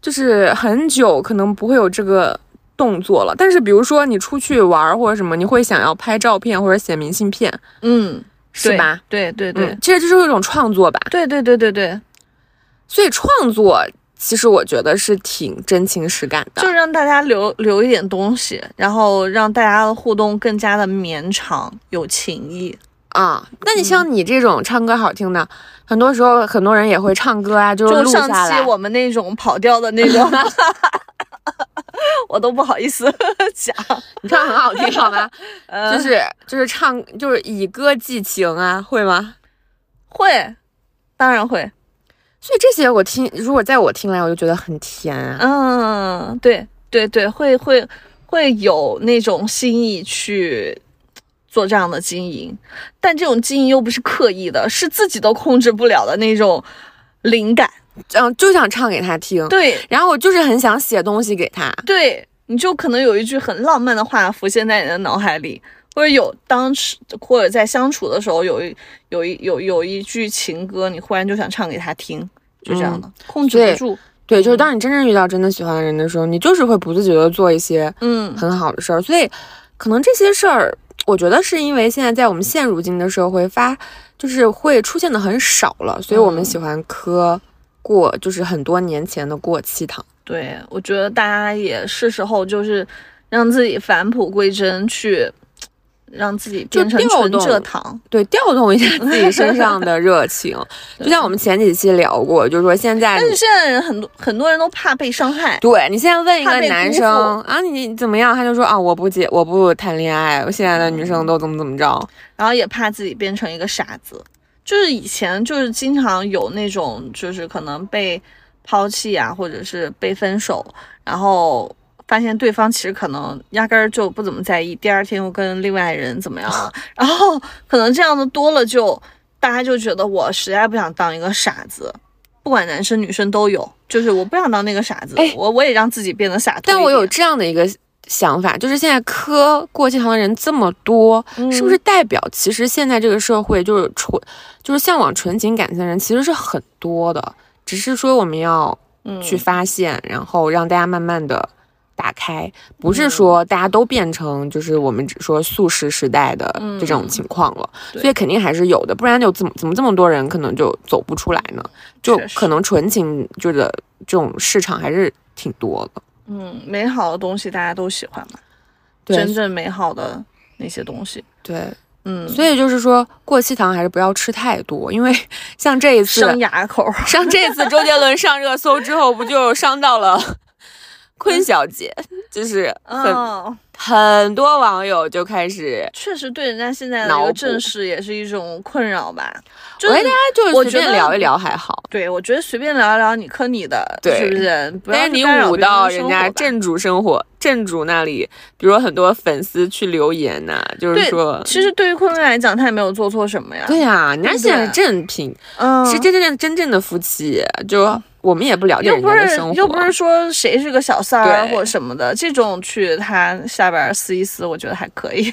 [SPEAKER 1] 就是很久可能不会有这个动作了。但是比如说你出去玩儿或者什么，你会想要拍照片或者写明信片，
[SPEAKER 2] 嗯，
[SPEAKER 1] 是
[SPEAKER 2] 对
[SPEAKER 1] 吧？？
[SPEAKER 2] 对对对、
[SPEAKER 1] 嗯，啊其实这就是一种创作吧。
[SPEAKER 2] 对对对对对，
[SPEAKER 1] 所以创作其实我觉得是挺真情实感的。
[SPEAKER 2] 就让大家留留一点东西，然后让大家的互动更加的绵长，有情谊。
[SPEAKER 1] 啊，那你
[SPEAKER 2] 嗯
[SPEAKER 1] 像你这种唱歌好听的，很多时候很多人也会唱歌啊，就是
[SPEAKER 2] 就
[SPEAKER 1] 录
[SPEAKER 2] 上
[SPEAKER 1] 下
[SPEAKER 2] 期
[SPEAKER 1] 来。
[SPEAKER 2] 我们那种跑调的那 种，我都不好意思讲。
[SPEAKER 1] 你唱很好听 好吗？
[SPEAKER 2] 呃
[SPEAKER 1] 就是就是唱就是以歌寄情啊，会吗？
[SPEAKER 2] 会，当然会。
[SPEAKER 1] 所以这些我听，如果在我听来，我就觉得很甜啊。
[SPEAKER 2] 嗯，对对对，会会会有那种心意去做这样的经营，但这种经营又不是刻意的，是自己都控制不了的那种灵感。
[SPEAKER 1] 嗯，就想唱给他听。
[SPEAKER 2] 对
[SPEAKER 1] 然后我就是很想写东西给他。
[SPEAKER 2] 对，你就可能有一句很浪漫的话浮现在你的脑海里，或者有当时或者在相处的时候有一有一有有一句情歌，你忽然就想唱给他听，就这样的，控制
[SPEAKER 1] 对
[SPEAKER 2] 不住。
[SPEAKER 1] 对，就是当你真正遇到真的喜欢的人的时候，你就是会不自觉的做一些
[SPEAKER 2] 嗯，
[SPEAKER 1] 很好的事儿。所以，可能这些事儿，我觉得是因为现在在我们现如今的社会发，就是会出现的很少了，所以
[SPEAKER 2] 嗯
[SPEAKER 1] 我们喜欢磕过，就是很多年前的过期糖。
[SPEAKER 2] 对，我觉得大家也是时候就是让自己返璞归真，去让自己
[SPEAKER 1] 就
[SPEAKER 2] 变成
[SPEAKER 1] 调
[SPEAKER 2] 纯
[SPEAKER 1] 动
[SPEAKER 2] 蔗糖。
[SPEAKER 1] 对，调动一下自己身上的热 情。就像我们前几期聊过，就是说现在
[SPEAKER 2] 但是
[SPEAKER 1] 你，
[SPEAKER 2] 现在人很多很多人都怕被伤害，
[SPEAKER 1] 对你现在问一个
[SPEAKER 2] 怕被辜
[SPEAKER 1] 男
[SPEAKER 2] 负
[SPEAKER 1] 生啊，你怎么样？他就说啊，我不结，我不谈恋爱，我现在的女
[SPEAKER 2] 嗯
[SPEAKER 1] 生都怎么怎么着。
[SPEAKER 2] 然后也怕自己变成一个傻子。就是以前就是经常有那种，就是可能被抛弃啊，或者是被分手，然后发现对方其实可能压根儿就不怎么在意，第二天又跟另外人怎么样 了，然后可能这样的多了就，大家就觉得我实在不想当一个傻子，不管男生女生都有，就是我不想当那个傻子，
[SPEAKER 1] 哎
[SPEAKER 2] 我我也让自己变得洒脱一点。
[SPEAKER 1] 但我有这样的一个想法，就是现在磕过期糖的人这么多，
[SPEAKER 2] 嗯
[SPEAKER 1] 是不是代表其实现在这个社会就是纯，就是向往纯情感情的人其实是很多的，只是说我们要
[SPEAKER 2] 嗯
[SPEAKER 1] 去发现，然后让大家慢慢的打开，不
[SPEAKER 2] 嗯
[SPEAKER 1] 是说大家都变成就是我们只说素食时代的这种情况了，
[SPEAKER 2] 嗯对
[SPEAKER 1] 所以肯定还是有的，不然就怎么怎么这么多人可能就走不出来呢？就
[SPEAKER 2] 确实
[SPEAKER 1] 可能纯情就是这种市场还是挺多的。
[SPEAKER 2] 嗯美好的东西大家都喜欢嘛？
[SPEAKER 1] 对
[SPEAKER 2] 真正美好的那些东西。
[SPEAKER 1] 对，
[SPEAKER 2] 嗯，
[SPEAKER 1] 所以就是说，过期糖还是不要吃太多，因为 像这一次
[SPEAKER 2] 生牙口儿。
[SPEAKER 1] 上这次周杰伦上热搜之后，不就伤到了 坤小姐，就是 很、
[SPEAKER 2] 嗯，
[SPEAKER 1] 很多网友就开始，
[SPEAKER 2] 确实对人家现在的
[SPEAKER 1] 脑
[SPEAKER 2] 一
[SPEAKER 1] 补
[SPEAKER 2] 个正视也是一种困扰吧。就
[SPEAKER 1] 我
[SPEAKER 2] 是
[SPEAKER 1] 跟大家就是
[SPEAKER 2] 我
[SPEAKER 1] 随
[SPEAKER 2] 觉
[SPEAKER 1] 便
[SPEAKER 2] 得
[SPEAKER 1] 聊一聊还好，
[SPEAKER 2] 对我觉得随便聊一聊，你磕你的，
[SPEAKER 1] 对
[SPEAKER 2] 是不是？不
[SPEAKER 1] 但
[SPEAKER 2] 要
[SPEAKER 1] 是你
[SPEAKER 2] 去干扰
[SPEAKER 1] 舞
[SPEAKER 2] 别人
[SPEAKER 1] 到
[SPEAKER 2] 的
[SPEAKER 1] 人
[SPEAKER 2] 生
[SPEAKER 1] 家
[SPEAKER 2] 活吧
[SPEAKER 1] 正主生活，正主那里，比如很多粉丝去留言呐、就是说
[SPEAKER 2] 对，。其实对于坤坤来讲，他也没有做错什么呀。
[SPEAKER 1] 对，呀、人家
[SPEAKER 2] 对不
[SPEAKER 1] 现在
[SPEAKER 2] 对
[SPEAKER 1] 正品，
[SPEAKER 2] 嗯，
[SPEAKER 1] 是真正真正的夫妻，就我们也不了解
[SPEAKER 2] 又
[SPEAKER 1] 人
[SPEAKER 2] 不
[SPEAKER 1] 家的
[SPEAKER 2] 是
[SPEAKER 1] 生活，
[SPEAKER 2] 又不是说谁是个小三儿
[SPEAKER 1] 对
[SPEAKER 2] 或者什么的，这种去他下边儿撕一撕，我觉得还可以。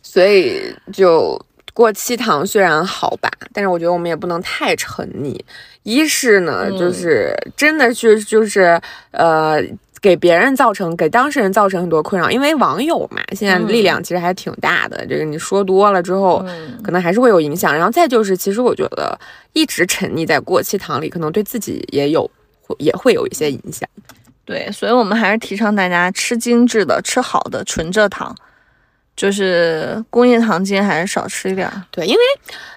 [SPEAKER 1] 所以就过期糖虽然好吧，但是我觉得我们也不能太沉溺。一是呢，
[SPEAKER 2] 嗯
[SPEAKER 1] 就是真的去就是呃。给别人造成，给当事人造成很多困扰，因为网友嘛，现在力量其实还挺大的。这个你说多了之后，可能还是会有影响。然后再就是，其实我觉得一直沉溺在过期糖里，可能对自己也有会也会有一些影响。
[SPEAKER 2] 对，所以我们还是提倡大家吃精致的、吃好的、纯蔗糖，就是工业糖精还是少吃一点儿。
[SPEAKER 1] 对，因为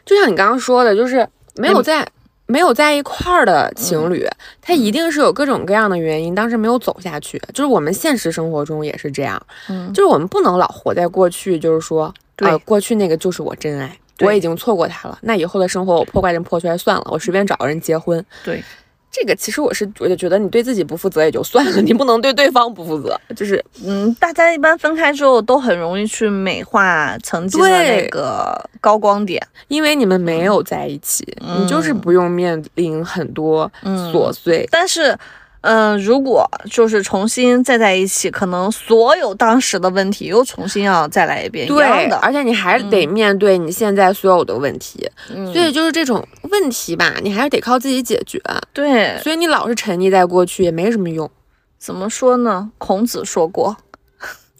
[SPEAKER 1] 就像你刚刚说的，就是没有
[SPEAKER 2] 嗯
[SPEAKER 1] 在没有在一块儿的情侣，他一定是有各种各样的原因，当时没有走下去。就是我们现实生活中也是这样，
[SPEAKER 2] 嗯
[SPEAKER 1] 就是我们不能老活在过去，就是说，
[SPEAKER 2] 对
[SPEAKER 1] 呃，过去那个就是我真爱，
[SPEAKER 2] 对
[SPEAKER 1] 我已经错过他了，那以后的生活我破罐子破摔算了，我随便找个人结婚。
[SPEAKER 2] 对，
[SPEAKER 1] 这个其实我是，我就觉得你对自己不负责也就算了， 你不能对对方不负责，就是
[SPEAKER 2] 嗯，大家一般分开之后都很容易去美化曾经的
[SPEAKER 1] 对
[SPEAKER 2] 那个高光点。
[SPEAKER 1] 因为你们没有在一起，
[SPEAKER 2] 嗯
[SPEAKER 1] 你就是不用面临很多
[SPEAKER 2] 嗯
[SPEAKER 1] 琐碎，
[SPEAKER 2] 但是，嗯、如果就是重新再在一起，可能所有当时的问题又重新要再来一遍，一
[SPEAKER 1] 对
[SPEAKER 2] 样，的。嗯
[SPEAKER 1] 而且你还是得面对你现在所有的问题，所以就是这种问题吧，你还是得靠自己解决。
[SPEAKER 2] 对，
[SPEAKER 1] 所以你老是沉溺在过去也没什么用。
[SPEAKER 2] 怎么说呢？孔子 说过，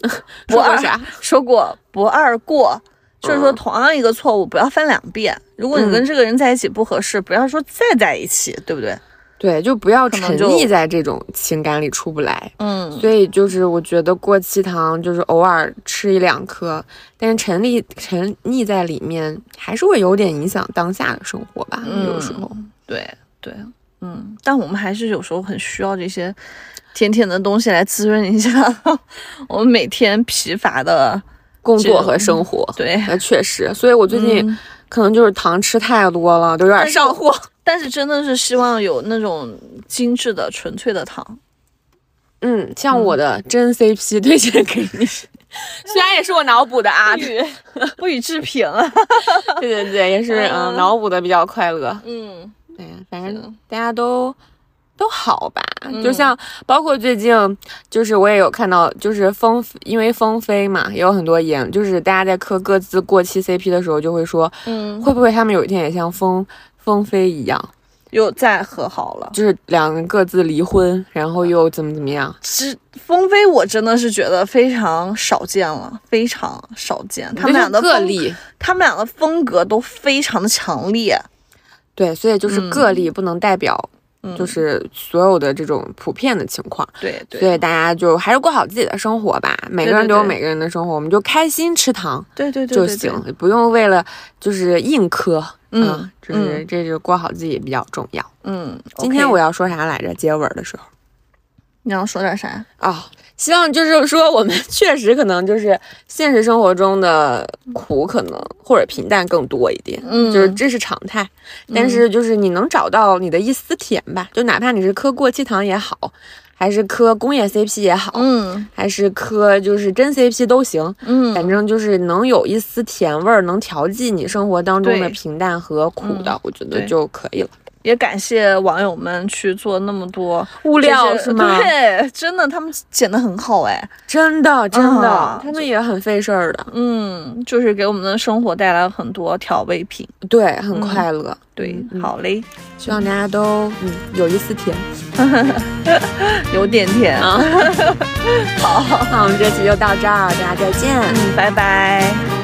[SPEAKER 1] 说
[SPEAKER 2] 不
[SPEAKER 1] 过
[SPEAKER 2] 二
[SPEAKER 1] 啥？
[SPEAKER 2] 说过不二过，就是说
[SPEAKER 1] 嗯
[SPEAKER 2] 同样一个错误不要犯两遍。如果你
[SPEAKER 1] 嗯
[SPEAKER 2] 跟这个人在一起不合适，不要说再在一起，对不对？
[SPEAKER 1] 对，就不要
[SPEAKER 2] 可能
[SPEAKER 1] 沉
[SPEAKER 2] 就
[SPEAKER 1] 溺在这种情感里出不来。
[SPEAKER 2] 嗯，
[SPEAKER 1] 所以就是我觉得过期糖就是偶尔吃一两颗，但是沉溺沉溺在里面还是会有点影响当下的生活吧，
[SPEAKER 2] 嗯
[SPEAKER 1] 有时候。
[SPEAKER 2] 对对，嗯，但我们还是有时候很需要这些甜甜的东西来滋润一下 我们每天疲乏的。
[SPEAKER 1] 工
[SPEAKER 2] 这
[SPEAKER 1] 作
[SPEAKER 2] 种
[SPEAKER 1] 和生活，
[SPEAKER 2] 对，
[SPEAKER 1] 呃，确实，所以我最近
[SPEAKER 2] 嗯哎
[SPEAKER 1] 可能就是糖吃太多了，都有点
[SPEAKER 2] 但是
[SPEAKER 1] 上火。
[SPEAKER 2] 但是真的是希望有那种精致的、纯粹的糖。
[SPEAKER 1] 嗯，像我的真 CP 推荐给你， 虽然也是我脑补的啊，对
[SPEAKER 2] 予不予置评啊。
[SPEAKER 1] 对对，也是嗯脑补的比较快乐。
[SPEAKER 2] 嗯，
[SPEAKER 1] 对呀，反正
[SPEAKER 2] 的
[SPEAKER 1] 大家都都好吧，就
[SPEAKER 2] 嗯
[SPEAKER 1] 像包括最近，就是我也有看到，就是风因为风飞嘛，也有很多言，就是大家在磕各自过期 CP 的时候，就会说
[SPEAKER 2] 嗯，
[SPEAKER 1] 会不会他们有一天也像风风飞一样，
[SPEAKER 2] 又再和好了。
[SPEAKER 1] 就是两个人各自离婚，然后又怎么怎么样？
[SPEAKER 2] 这风飞，我真的是觉得非常少见了，非常少见。他们
[SPEAKER 1] 这
[SPEAKER 2] 俩
[SPEAKER 1] 是
[SPEAKER 2] 的
[SPEAKER 1] 个
[SPEAKER 2] 风，
[SPEAKER 1] 例，
[SPEAKER 2] 他们俩的风格都非常的强烈。
[SPEAKER 1] 对，所以就是
[SPEAKER 2] 嗯
[SPEAKER 1] 个例不能代表
[SPEAKER 2] 嗯，
[SPEAKER 1] 就是所有的这种普遍的情况，
[SPEAKER 2] 对对
[SPEAKER 1] 所以大家就还是过好自己的生活吧。每个
[SPEAKER 2] 对
[SPEAKER 1] 人
[SPEAKER 2] 对
[SPEAKER 1] 都有
[SPEAKER 2] 对
[SPEAKER 1] 每个人的生活，我们就开心吃糖
[SPEAKER 2] 对对对
[SPEAKER 1] 就
[SPEAKER 2] 对对
[SPEAKER 1] 行，不用为了就是硬磕。
[SPEAKER 2] 嗯
[SPEAKER 1] 就是这是过好自己比较重要。
[SPEAKER 2] 嗯，
[SPEAKER 1] 今天
[SPEAKER 2] OK
[SPEAKER 1] 我要说啥来着？结尾的时候
[SPEAKER 2] 你要说点啥？
[SPEAKER 1] 啊、希望就是说我们 确实可能就是现实生活中的苦可能或者平淡更多一点。
[SPEAKER 2] 嗯
[SPEAKER 1] 就是这是常态，但是就是你能找到你的一丝甜吧，就哪怕你是磕过期糖也好，还是磕工业 CP 也好，
[SPEAKER 2] 嗯
[SPEAKER 1] 还是磕就是真 CP 都行，
[SPEAKER 2] 嗯，
[SPEAKER 1] 反正就是能有一丝甜味儿，能调剂你生活当中的
[SPEAKER 2] 对嗯
[SPEAKER 1] 平淡和苦的，我觉得
[SPEAKER 2] 对
[SPEAKER 1] 就可以了。
[SPEAKER 2] 也感谢网友们去做那么多
[SPEAKER 1] 物料
[SPEAKER 2] 这些
[SPEAKER 1] 是吗？
[SPEAKER 2] 对，真的他们剪的很好哎。
[SPEAKER 1] 真的真的，
[SPEAKER 2] 啊
[SPEAKER 1] 他们也很费事儿的，
[SPEAKER 2] 嗯，就是给我们的生活带来了很多调味品。
[SPEAKER 1] 对，很
[SPEAKER 2] 嗯
[SPEAKER 1] 快乐。
[SPEAKER 2] 对，
[SPEAKER 1] 嗯
[SPEAKER 2] 好嘞，
[SPEAKER 1] 希望大家都嗯有一丝甜
[SPEAKER 2] 有点甜，
[SPEAKER 1] 啊。好，那我们这期就到这儿，大家再见。
[SPEAKER 2] 嗯，拜拜。